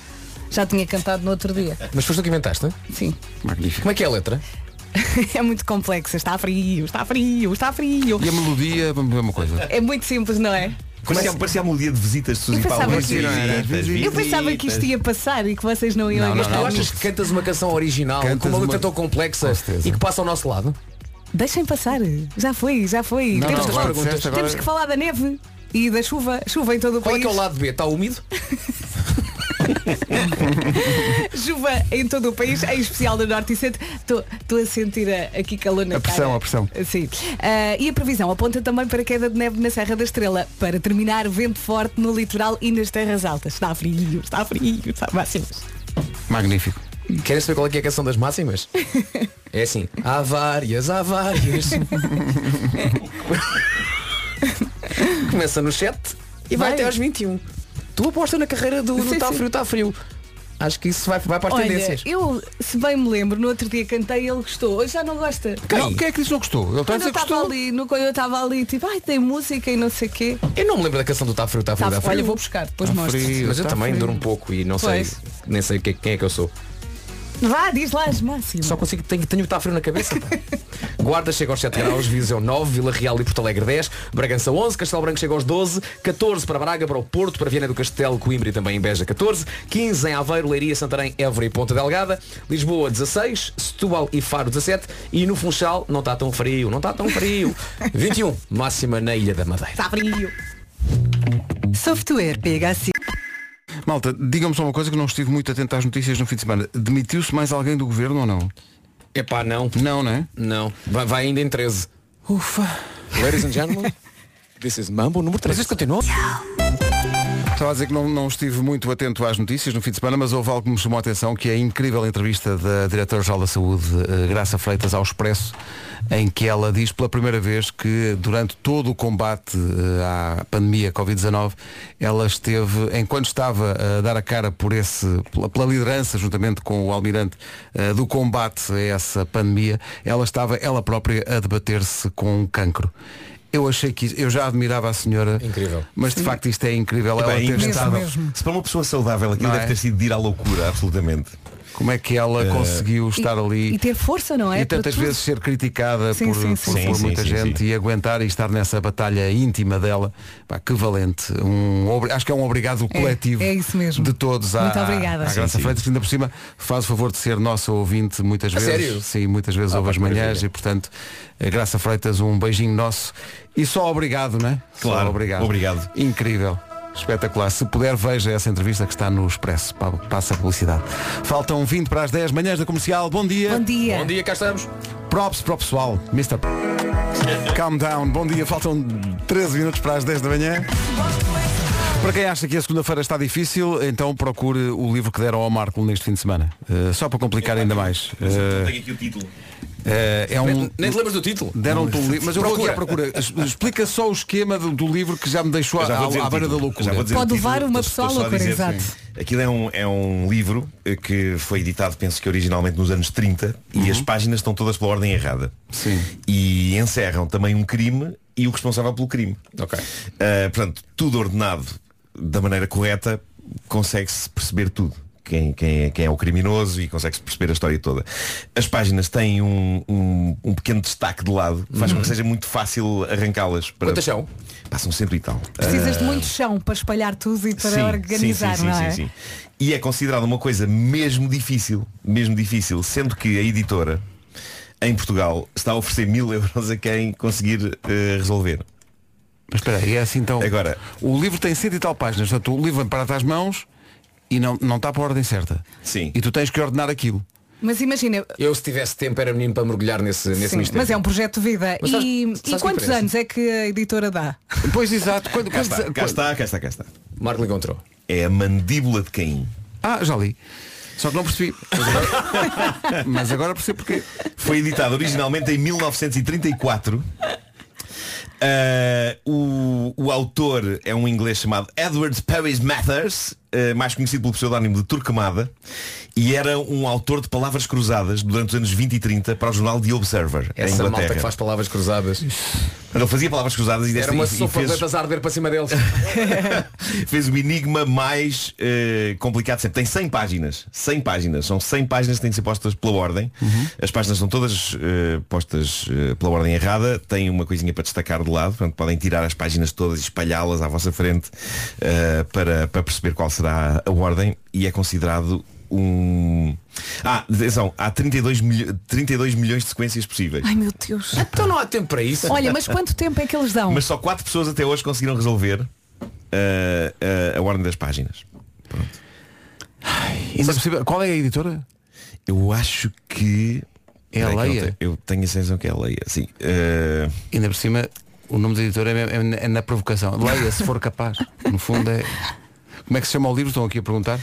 Já tinha cantado no outro dia.
Mas foste tu que inventaste?
Sim.
Magnífico.
Como é que é a letra?
é muito complexa. Está frio, está frio, está frio.
E a melodia é uma coisa.
É muito simples, não é?
Parecia, parecia a melodia de visitas de Suzy
Eu pensava
Paulo.
que- Eu pensava que isto ia passar e que vocês não iam
Não, não,
Mas
gostar
tu
não.
achas
disto.
que cantas uma canção original
Cantas
com uma luta
uma-
tão complexa
Com certeza.
e que passa ao nosso lado?
Deixem passar. Já foi, já foi.
Não,
temos
não,
que
agora
falar,
disseste,
temos
agora-
que falar da neve e da chuva. Chuva em todo o
Qual é
país.
que é o lado B? Está úmido?
Chuva em todo o país, em especial do Norte e Centro. Estou a sentir a- aqui calor na
A pressão,
cara.
a pressão.
Sim. Ah, e a previsão aponta também para queda de neve na Serra da Estrela. Para terminar, vento forte no litoral e nas terras altas. Está frio, está frio, está máximas.
Magnífico.
Querem saber qual é, que é a canção das máximas? É assim. Há várias, há várias. Começa no 7 e vai,
Vai.
até aos 21. Tu aposta na carreira do
Sim,
está
sim.
frio, está frio. Acho que isso vai, vai para as
Olha,
tendências.
eu, se bem me lembro, no outro dia cantei e ele gostou. Hoje já não gosta.
Não, quem é que disse que não gostou? Ele está a
Quando eu
dizer que
estava
gostou.
ali, no, quando eu estava ali, tipo, ai, tem música e não sei o quê.
Eu não me lembro da canção do Está Frio, Está Frio,
Tá,
Está Frio.
olha, vou buscar, depois
Tá
mostro.
frio.
Mas eu
Tá
também
frio.
duro um pouco e não sei,
Pois.
nem sei que- quem é que eu sou.
Vá, diz lá as máximas.
Só consigo, tenho, tenho o tá frio na cabeça. pá. Guarda chega aos 7 graus, Viseu 9, Vila Real e Porto Alegre 10, Bragança 11, Castelo Branco chega aos 12, 14 para Braga, para o Porto, para Viana do Castelo, Coimbra e também em Beja 14, 15 em Aveiro, Leiria, Santarém, Évora e Ponta Delgada, Lisboa 16, Setúbal e Faro 17 e no Funchal não está tão frio, não está tão frio. 21, máxima na Ilha da Madeira.
Está frio. Software PHC.
Malta, digam-me só uma coisa que não estive muito atento às notícias no fim de semana. Demitiu-se mais alguém do governo ou não?
Epá, não,
Não, não é?
não. Vai, vai ainda em 13.
Ufa.
Ladies and gentlemen, this is Mambo número 13. Mas isso continua?
Estava a dizer que não, não estive muito atento às notícias no fim de semana, mas houve algo que me chamou a atenção, que é a incrível entrevista da Diretora-Geral da Saúde, eh, Graça Freitas, ao Expresso, em que ela diz pela primeira vez que durante todo o combate eh, à pandemia Covid-19, ela esteve, enquanto estava a dar a cara por esse, pela, pela liderança, juntamente com o Almirante, eh, do combate a essa pandemia, ela estava ela própria a debater-se com um cancro. Eu achei que isso- eu já admirava a senhora.
Incrível.
Mas de facto isto é incrível. Ela
Epá, é
ter estado-
inacreditável. Se para uma pessoa saudável aquilo
Não é?
deve ter sido de ir à loucura, absolutamente.
Como é que ela conseguiu estar ali
Eh, E ter força, não é?
e tantas
Para tudo.
vezes ser criticada
Sim,
por,
sim,
por-
sim.
por
Sim, sim,
muita
sim,
gente
sim.
e aguentar e estar nessa batalha íntima dela. Pá, que valente. Um, obri- acho que é um obrigado coletivo
é isso mesmo.
de todos. à-
Muito obrigada.
À,
Sim,
Graça
sim.
Freitas, que ainda por cima faz o favor de ser nossa ouvinte muitas
A
vezes.
sério?
Sim, muitas vezes
Ah,
ouve
pá,
as
que
manhãs
maravilha.
e portanto, a Graça Freitas, um beijinho nosso. E só obrigado, não é? Só
Claro.
obrigado.
Obrigado.
Incrível. Espetacular. Se puder, veja essa entrevista que está no Expresso. Pa- Passa a publicidade. Faltam 20 para as 10 manhãs da comercial. Bom dia.
Bom dia.
Bom dia, cá estamos.
Props para o pessoal. Mr. Calm down. Bom dia. Faltam 13 minutos para as 10 da manhã. Para quem acha que a segunda-feira está difícil, então procure o livro que deram ao Marco neste fim de semana. Eh, só para complicar ainda mais. Eh,
aqui o título.
eh, é um.
Nem te lembras do título?
Deram-te um livro. Mas eu vou aqui à procura. Es- Explica só o esquema do, do livro que já me deixou à,
Eu já vou dizer
à, à
o
beira da
título.
loucura.
Já vou dizer o
Pode
título.
levar uma
Estou-
pessoa à
estou só a
loucura,
dizer-
exato.
Aquilo é um, é um livro eh, que foi editado, penso que originalmente nos anos 30 e as páginas estão todas pela ordem errada.
Uhum. Sim.
E encerram também um crime e o responsável pelo crime.
Ok.
Eh, portanto, tudo ordenado da maneira correta, consegue-se perceber tudo. Quem, quem é, quem é o criminoso e consegue-se perceber a história toda. As páginas têm um, um- um pequeno destaque de lado, faz
Uhum.
com que seja muito fácil arrancá-las. para-
Quantas são?
Passam cento e tal.
Precisas de muito chão para espalhar tudo e para organizar, não é?
E é considerada uma coisa mesmo difícil, mesmo difícil, sendo que a editora em Portugal está a oferecer mil euros a quem conseguir eh, resolver.
Mas espera aí, é assim então.
Agora-
O livro tem cento e tal páginas, portanto o livro vem para as mãos e não, não está para a ordem certa.
Sim.
E tu tens que ordenar aquilo.
Mas imagina,
Eu se tivesse tempo era menino para mergulhar nesse, nesse
sim,
mistério.
mas é um projeto de vida.
Mas sabes-
e
sabes
e
que
quantos
diferença?
anos é que a editora dá?
Pois exato. Quando,
Cá
quando-
está, cá
quando-
está, cá está, cá está.
um-
Marco encontrou.
É a mandíbula de Caim.
Ah, já li. Só que não percebi. Mas agora, mas agora percebo porque.
Foi editado originalmente em 1934. Ah, o, o autor é um inglês chamado Edward Paris Mathers eh, mais conhecido pelo pseudónimo de Turquemada, e era um autor de palavras cruzadas durante os anos 20 e 30 para o jornal The Observer, em
Essa malta
É Inglaterra.
que faz palavras cruzadas.
Ele fazia palavras cruzadas e, desta,
Era uma
e- e
sopa
fez,
de azar arder para cima deles.
fez o enigma mais eh, complicado de sempre. Tem 100 páginas. 100 páginas. São 100 páginas que têm de ser postas pela ordem. As páginas são todas eh, postas eh, pela ordem errada. Tem uma coisinha para destacar de lado. Portanto, podem tirar as páginas todas e espalhá-las à vossa frente eh, para, para perceber qual será a ordem. E é considerado um... Ah, atenção, há 32, milho- 32 milhões de sequências possíveis.
Ai meu Deus.
então não há tempo para isso.
Olha, mas quanto tempo é que eles dão?
Mas só quatro pessoas até hoje conseguiram resolver eh, eh, a ordem das páginas.
Ainda por cima- Qual é a editora?
Eu acho que.
É a
Peraí que eu
Leia?
não tenho- Eu tenho a sensação que é a Leia, sim. Eh,
Ainda por cima, o nome da editora é, mesmo- é na- é na provocação. Leia, se for capaz. No fundo é. Como é que se chama o livro? Estão aqui a perguntar.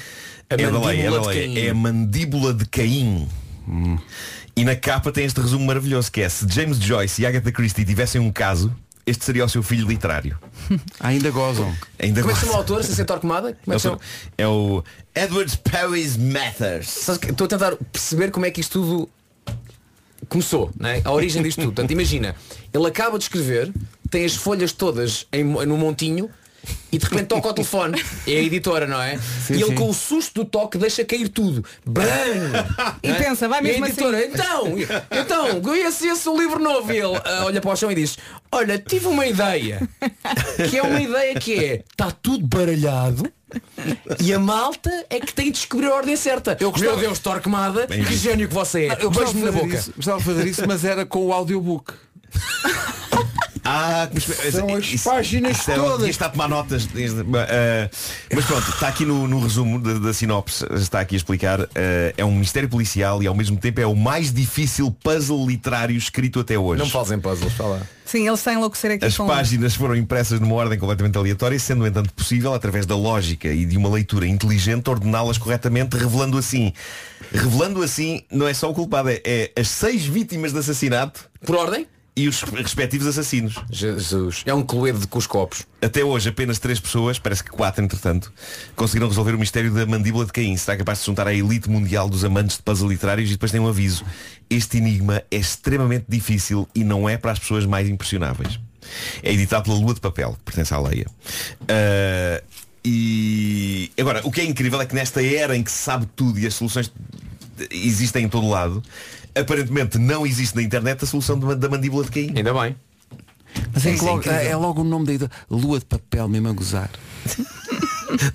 A
é da Leia, é da
mandíbula de
Leia.
Caim.
É a
Hum.
mandíbula de Caim. E na capa tem este resumo maravilhoso que é se James Joyce e Agatha Christie tivessem um caso, este seria o seu filho literário.
Ainda gozam.
Ainda
Como é que
gosto.
se chama o autor, sem ser Torquemada?
É
Como
o
é que se chama?
seu- É o Edward Powys Mathers.
Sabes que Estou a tentar perceber como é que isto tudo começou, né? a origem disto tudo. Portanto, imagina, ele acaba de escrever, tem as folhas todas em, no montinho e de repente toca o telefone. É a editora, não é? e ele
sim.
com o susto do toque deixa cair tudo. Bang!
E
Não é?
pensa, vai
E
mesmo
a
assim.
editora, então, então, esse, esse é um livro novo. E ele ah, olha para o chão e diz, olha, tive uma ideia. Que é uma ideia que é, está tudo baralhado. E a malta é que tem de descobrir a ordem certa. Eu Meu Deus, Torquemada,
Bem
que
visto.
gênio que você é.
Eu gostava de
Beijo-me na
fazer
boca.
isso, gostava de fazer isso, mas era com o audiobook.
Ah, mas,
São as páginas
isso é-
todas.
Está a tomar notas. desde- eh, mas pronto, está aqui no, no resumo da, da sinopse, está aqui a explicar. eh, é um mistério policial e ao mesmo tempo é o mais difícil puzzle literário escrito até hoje.
Não fazem puzzles, está lá.
Sim, eles têm enlouquecer aqui
As
com
páginas foram impressas numa ordem completamente aleatória, sendo, no entanto, possível, através da lógica e de uma leitura inteligente, ordená-las corretamente, revelando assim. Revelando assim, não é só o culpado, é, é as seis vítimas de assassinato
Por ordem?
e os respectivos assassinos.
Jesus. É um cluedo com os copos.
Até hoje, apenas três pessoas, parece que quatro entretanto, conseguiram resolver o mistério da mandíbula de Caim. Será capaz de se juntar à elite mundial dos amantes de puzzle literários e depois tem um aviso. Este enigma é extremamente difícil e não é para as pessoas mais impressionáveis. É editado pela Lua de Papel, que pertence à Leia. Ah, e agora, o que é incrível é que nesta era em que se sabe tudo e as soluções existem em todo lado, aparentemente não existe na internet a solução de- da mandíbula de Caim.
Ainda bem.
Mas é,
Isso
que
é
logo,
incrível.
é, é logo o nome da editora. Lua de papel mesmo a gozar.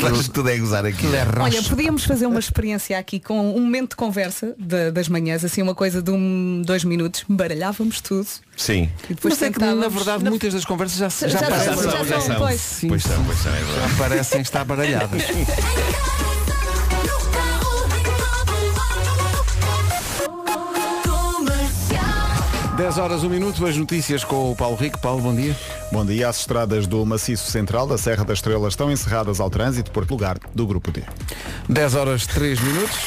Acho que tudo é gozar aqui.
Olha, podíamos fazer uma experiência aqui com um momento de conversa da- das manhãs, assim uma coisa de um, dois minutos, baralhávamos tudo
Sim.
e depois
mas é que
tentávamos-
na verdade muitas das conversas já, se- já,
já
parecem,
são, já são,
pois.
Sim,
Pois
sim,
são, pois são, é verdade.
já parecem estar baralhadas.
Comercial.
10 horas, 1 minuto, as notícias com o Paulo Rico. Paulo, bom dia.
Bom dia. As estradas do Maciço Central da Serra das Estrelas estão encerradas ao trânsito por lugar do Grupo D.
10 horas, 3 minutos.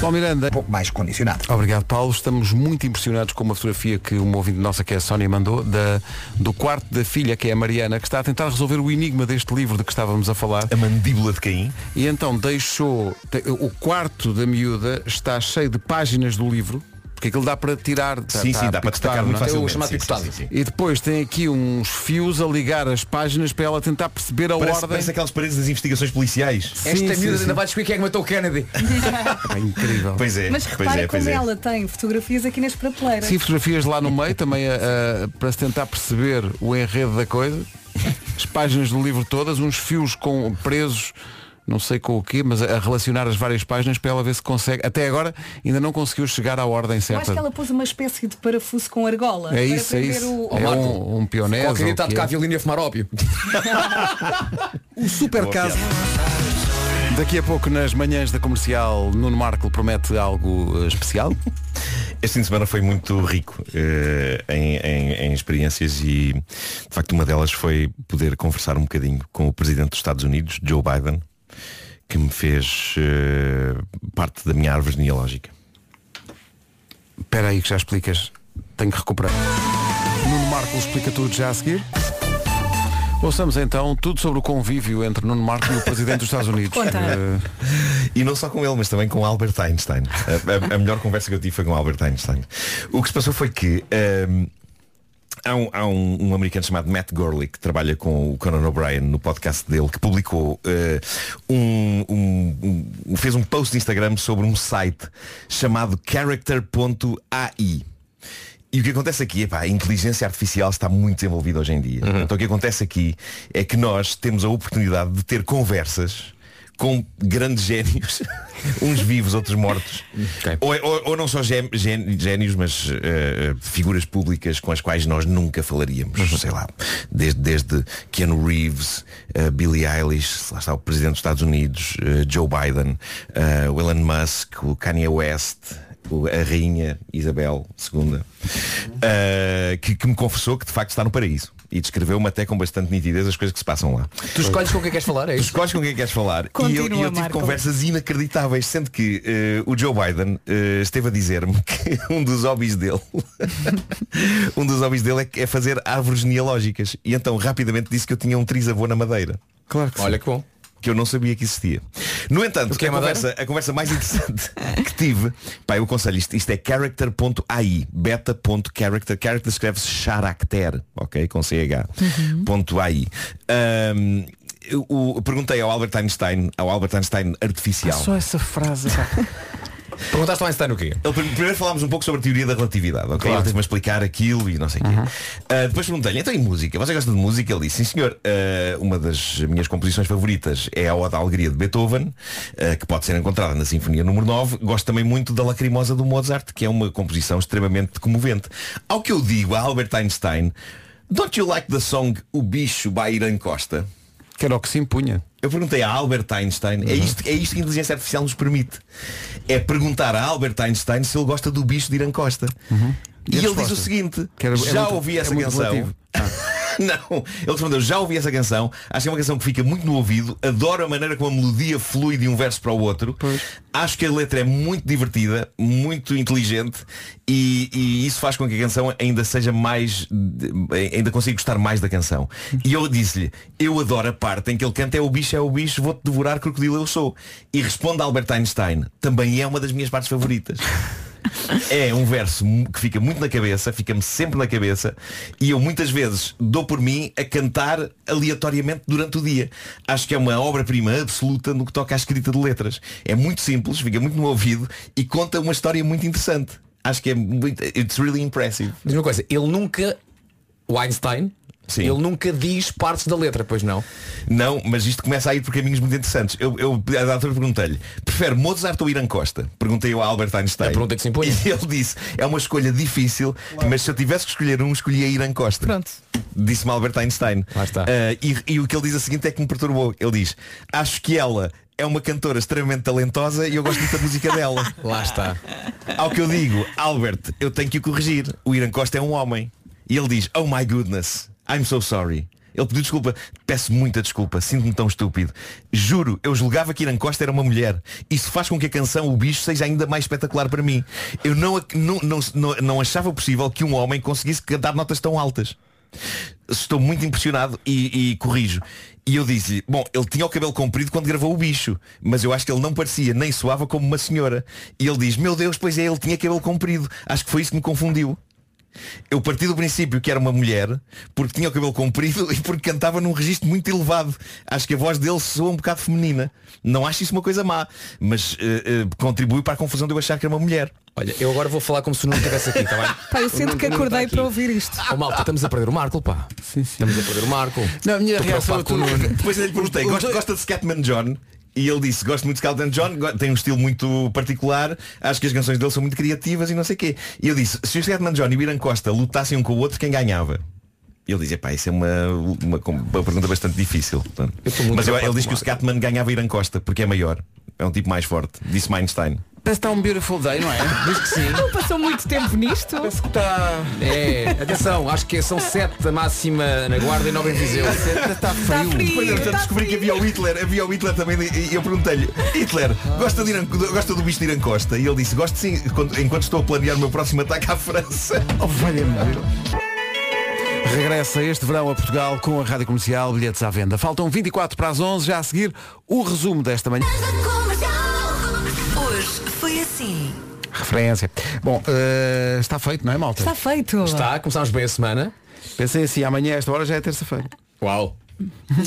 Paulo Miranda.
Um pouco mais condicionado.
Obrigado, Paulo. Estamos muito impressionados com uma fotografia que uma ouvinte nossa, que é a Sónia, mandou da, do quarto da filha, que é a Mariana, que está a tentar resolver o enigma deste livro de que estávamos a falar.
A mandíbula de Caim.
E então deixou. te- O quarto da miúda está cheio de páginas do livro, porque aquilo dá para tirar. tá-
sim,
tá
sim,
a
dá para
picotar,
destacar muito
não é?
É o
facilmente.
chamado
sim, sim,
picotado.
sim, sim.
E depois tem aqui uns fios a ligar as páginas para ela tentar perceber a
Parece,
ordem.
parece aquelas paredes das investigações policiais.
Sim,
Esta miúda
sim,
ainda
sim.
vai descobrir quem é que matou o Kennedy.
É incrível.
Pois é,
Mas
pois
repara
é, pois
como
é.
ela tem fotografias aqui nas prateleiras.
Sim, fotografias lá no meio também a- a- para se tentar perceber o enredo da coisa. As páginas do livro todas, uns fios com presos, não sei com o quê, mas a, a relacionar as várias páginas para ela ver se consegue. Até agora ainda não conseguiu chegar à ordem
Eu acho
certa.
que ela pôs uma espécie de parafuso com argola.
É
para
isso, é
prender
isso.
o-
É
Marco,
um, um pionés.
Qualquer
ou
dia
o
está a
que
tocar
é.
violino e a fumar ópio.
O super
Boa
caso. Daqui a pouco nas manhãs da comercial, Nuno Marco promete algo eh, especial.
Este fim de semana foi muito rico eh, em, em- em experiências e, de facto, uma delas foi poder conversar um bocadinho com o Presidente dos Estados Unidos, Joe Biden, que me fez eh, parte da minha árvore genealógica.
Espera aí que já explicas. Tenho que recuperar. Nuno Marco explica tudo já a seguir. Ouçamos então tudo sobre o convívio entre Nuno Marco e o Presidente dos Estados Unidos.
Conta.
Eh,
E não só com ele, mas também com Albert Einstein. A, a- a melhor conversa que eu tive foi com Albert Einstein. O que se passou foi que ahm, há, um, há um- um americano chamado Matt Gorley, que trabalha com o Conan O'Brien no podcast dele, que publicou eh, um, um- um- fez um post de Instagram sobre um site chamado character.ai. E o que acontece aqui, epá, a inteligência artificial está muito desenvolvida hoje em dia. Então o que acontece aqui é que nós temos a oportunidade de ter conversas com grandes génios, uns vivos, outros mortos. Ou, é, ou- ou não só gé- gé- génios, mas eh, figuras públicas com as quais nós nunca falaríamos. Sei lá, desde, desde Keanu Reeves, eh, Billie Eilish, lá está o Presidente dos Estados Unidos, eh, Joe Biden, eh, o Elon Musk, o Kanye West, o- a rainha Isabel II, eh, que, que me confessou que de facto está no paraíso. E descreveu-me até com bastante nitidez as coisas que se passam lá.
Tu escolhes com quem queres falar,
Tu
é isso?
escolhes com quem queres falar. e eu,
Continua,
e eu tive
Marco.
conversas inacreditáveis, sendo que eh, o Joe Biden eh, esteve a dizer-me que um dos hobbies dele, um dos hobbies dele é, é fazer árvores genealógicas. E então rapidamente disse que eu tinha um trisavô na Madeira.
Claro que
Olha que bom. Que eu não sabia que existia. No entanto,
que é
a, conversa, a conversa mais interessante que tive, pá, eu aconselho isto, isto é character.ai, beta.character, character escreve-se character, ok? Com CH.
Uhum.
Ponto .ai. Ahm, eu- o- perguntei ao Albert Einstein, ao Albert Einstein artificial.
Só essa frase.
Perguntaste ao Einstein o quê? primeiro falámos um pouco sobre a teoria da relatividade, ok? Ele teve-me a explicar aquilo e não sei o quê. Ah, depois perguntei-lhe, então em música, você gosta de música? Ele disse, sim senhor, Ah, uma das minhas composições favoritas é a Oda à Alegria de Beethoven, ah, que pode ser encontrada na Sinfonia número 9. Gosto também muito da Lacrimosa do Mozart, que é uma composição extremamente comovente. Ao que eu digo a Albert Einstein, don't you like the song O Bicho by Irã Costa?
Que era o que se impunha.
Eu perguntei a Albert Einstein,
Uhum.
é, isto, é isto que a inteligência artificial nos permite. É perguntar a Albert Einstein se ele gosta do bicho de Irã Costa. E,
Uhum. E a
ele diz
resposta?
o seguinte,
Que era- é
já
muito-
ouvi
é
essa
muito
canção.
relativo. Ah.
Não, ele respondeu, já ouvi essa canção, acho que é uma canção que fica muito no ouvido, adoro a maneira como a melodia flui de um verso para o outro, acho que a letra é muito divertida, muito inteligente e, e isso faz com que a canção ainda seja mais, ainda consiga gostar mais da canção. E eu disse-lhe, eu adoro a parte em que ele canta é o bicho, é o bicho, vou-te devorar, crocodilo eu sou. E responde Albert Einstein, também é uma das minhas partes favoritas. É um verso mu- que fica muito na cabeça, fica-me sempre na cabeça e eu muitas vezes dou por mim a cantar aleatoriamente durante o dia. Acho que é uma obra-prima absoluta no que toca à escrita de letras. É muito simples, fica muito no ouvido e conta uma história muito interessante. Acho que é muito. It's really impressive.
Diz uma coisa, ele nunca, o Einstein, ele nunca diz partes da letra, pois não?
Não, mas isto começa a ir por caminhos muito interessantes. Eu, eu a dada altura perguntei-lhe, prefere Mozart ou Irã Costa? Perguntei eu a Albert Einstein. pergunta é que se impõe. E ele disse, é uma escolha difícil, mas se eu tivesse que escolher um, escolhia Irã Costa. Pronto. Disse-me Albert Einstein. Lá está. Ah, e, e o que ele diz a seguinte é que me perturbou. Ele diz, acho que ela é uma cantora extremamente talentosa e eu gosto muito da música dela. Lá está. Ao que eu digo, Albert, eu tenho que o corrigir. O Irã Costa é um homem. E ele diz, oh my goodness, I'm so sorry. Ele pediu desculpa, peço muita desculpa, sinto-me tão estúpido. Juro, eu julgava que Irã Costa era uma mulher. Isso faz com que a canção O Bicho seja ainda mais espetacular para mim. Eu não, ac- não, não, não, não achava possível que um homem conseguisse cantar notas tão altas. Estou muito impressionado e, e corrijo. E eu disse-lhe, bom, ele tinha o cabelo comprido quando gravou o bicho, mas eu acho que ele não parecia nem soava como uma senhora. E ele diz, meu Deus, pois é, ele tinha cabelo comprido. Acho que foi isso que me confundiu. Eu parti do princípio que era uma mulher porque tinha o cabelo comprido e porque cantava num registro muito elevado. Acho que a voz dele soa um bocado feminina. Não acho isso uma coisa má, mas eh, eh, contribui para a confusão de eu achar que era uma mulher.
Olha, eu agora vou falar como se o Nuno estivesse aqui, está bem?
Pá, eu sinto que acordei para ouvir isto.
Oh, malta, estamos a perder o Marco, pá. Estamos a perder o Marco.
Não, a minha
Estou
reação
é
preocupado com o Nuno.
Depois eu lhe é, perguntei, gosta, gosta de Scatman John? E ele disse, gosto muito de Scatman John, go- tem um estilo muito particular, acho que as canções dele são muito criativas e não sei o quê. E eu disse, se o Scatman John e o Irã Costa lutassem um com o outro, quem ganhava? E ele dizia, pá, isso é uma, uma, uma pergunta bastante difícil. portanto.
muito
Mas eu-
preocupado
ele diz
com
que o Scatman ganhava Irã Costa, porque é maior. É um tipo mais forte, disse Einstein.
Parece que está um beautiful day, não é?
Diz que sim.
Não passou muito tempo nisto?
Parece que está.
É, atenção, acho que são 7 da máxima na guarda e 9 em Viseu.
Está
Está
frio.
Depois eu
frio.
é, portanto,
Está
descobri que
frio.
havia o Hitler, havia o Hitler também e eu perguntei-lhe, Hitler, gosta, de Irã- gosta do bicho de Irã Costa? E ele disse, gosto sim, quando- enquanto estou a planear o meu próximo ataque à França.
Oh, valha-me. Regressa este verão a Portugal com a Rádio Comercial Bilhetes à Venda. Faltam 24 para as 11, já a seguir o resumo desta manhã.
Hoje foi assim.
Referência. Bom, eh, está feito, não é, malta?
Está feito.
Está, começámos bem a semana.
Pensei assim, amanhã a esta hora já é terça-feira.
Uau.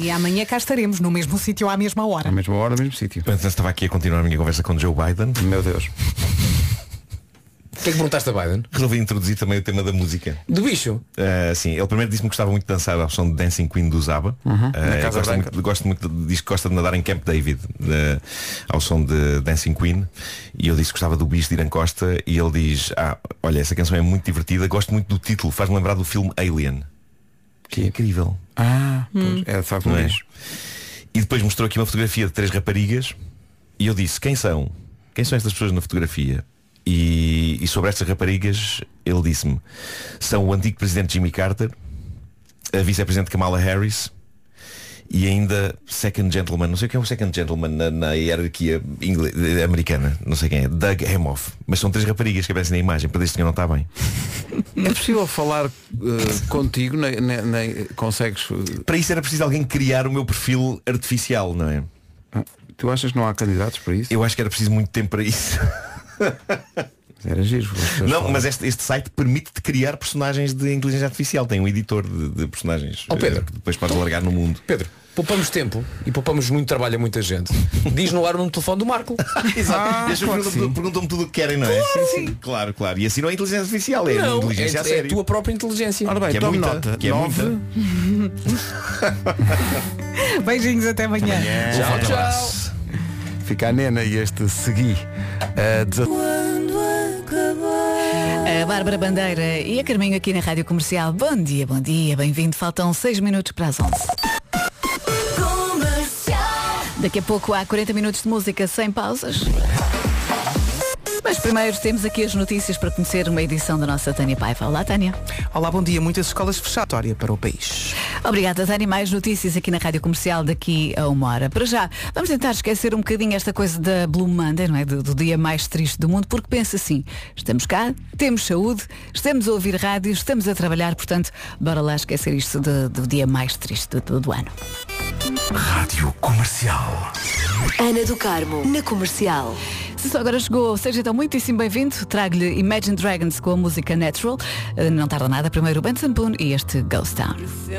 E amanhã cá estaremos, no mesmo sítio, à mesma hora.
À mesma hora, no mesmo sítio.
Portanto, eu estava aqui a continuar a minha conversa com Joe Biden.
Meu Deus.
O que é que perguntaste a Biden?
Resolvi introduzir também o tema da música.
Do bicho.
Ah, sim, ele primeiro disse-me que gostava muito de dançar a opção de Dancing Queen do Zaba. Ah,
Uhum. Na Casa
gosta,
Branca.
muito, gosta muito de- diz que gosta de nadar em Camp David de, ao som de Dancing Queen. E eu disse que gostava do bicho de Irã Costa. E ele diz, ah, olha, essa canção é muito divertida, gosto muito do título, faz-me lembrar do filme Alien. Que é incrível.
Ah, pois, é de facto um
Não é?
bicho.
E depois mostrou aqui uma fotografia de três raparigas e eu disse, quem são? Quem são estas pessoas na fotografia? E, e sobre estas raparigas, ele disse-me, são o antigo presidente Jimmy Carter, a vice-presidente Kamala Harris e ainda Second Gentleman, não sei o que é um Second Gentleman na, na hierarquia ingle- eh, americana, não sei quem é, Doug Emhoff. Mas são três raparigas que aparecem na imagem, para este que não está bem.
É possível falar eh, contigo, nem, nem- nem- consegues. eh,
Para isso era preciso alguém criar o meu perfil artificial, não é?
Tu achas que não há candidatos para isso?
Eu acho que era preciso muito tempo para isso.
Era giro. as pessoas
Não,
falam.
mas este, este site permite-te criar personagens de inteligência artificial. Tem um editor de, de personagens
Ó, Pedro.
eh, que depois podes largar no mundo.
Pedro, poupamos tempo e poupamos muito trabalho a muita gente. Diz no ar o nome do telefone do Marco.
Exato.
Ah,
E
claro
as pessoas
que
perguntam,
sim.
perguntam tudo o que querem, não é? Sim, sim. Claro, claro. E assim não é inteligência artificial, é
Não,
inteligência
é,
a
é a
sério.
tua própria inteligência.
Ora bem,
que é
tome
muita,
nota.
que é
9.
muita.
Beijinhos até amanhã.
Tchau, tchau.
Fica a Nena e este segui. eh, 19.
A Bárbara Bandeira e a Carminho aqui na Rádio Comercial. Bom dia, bom dia, bem-vindo. Faltam 6 minutos para as 11. Daqui a pouco há 40 minutos de música sem pausas. Mas primeiro temos aqui as notícias para conhecer uma edição da nossa Tânia Paiva. Olá, Tânia.
Olá, bom dia. Muitas escolas fechatória para o país.
Obrigada, Tânia. Mais notícias aqui na Rádio Comercial daqui a uma hora. Para já, vamos tentar esquecer um bocadinho esta coisa da Blue Monday, não é? Do, do dia mais triste do mundo, porque pensa assim, estamos cá, temos saúde, estamos a ouvir rádio, estamos a trabalhar, portanto, bora lá esquecer isto de- do dia mais triste do- do- do ano.
Rádio comercial.
Ana do Carmo, na comercial. Se só agora chegou, seja então muitíssimo bem-vindo. Trago-lhe Imagine Dragons com a música Natural. Eh, Não tarda nada, primeiro o Benson Boone e este Ghost Town.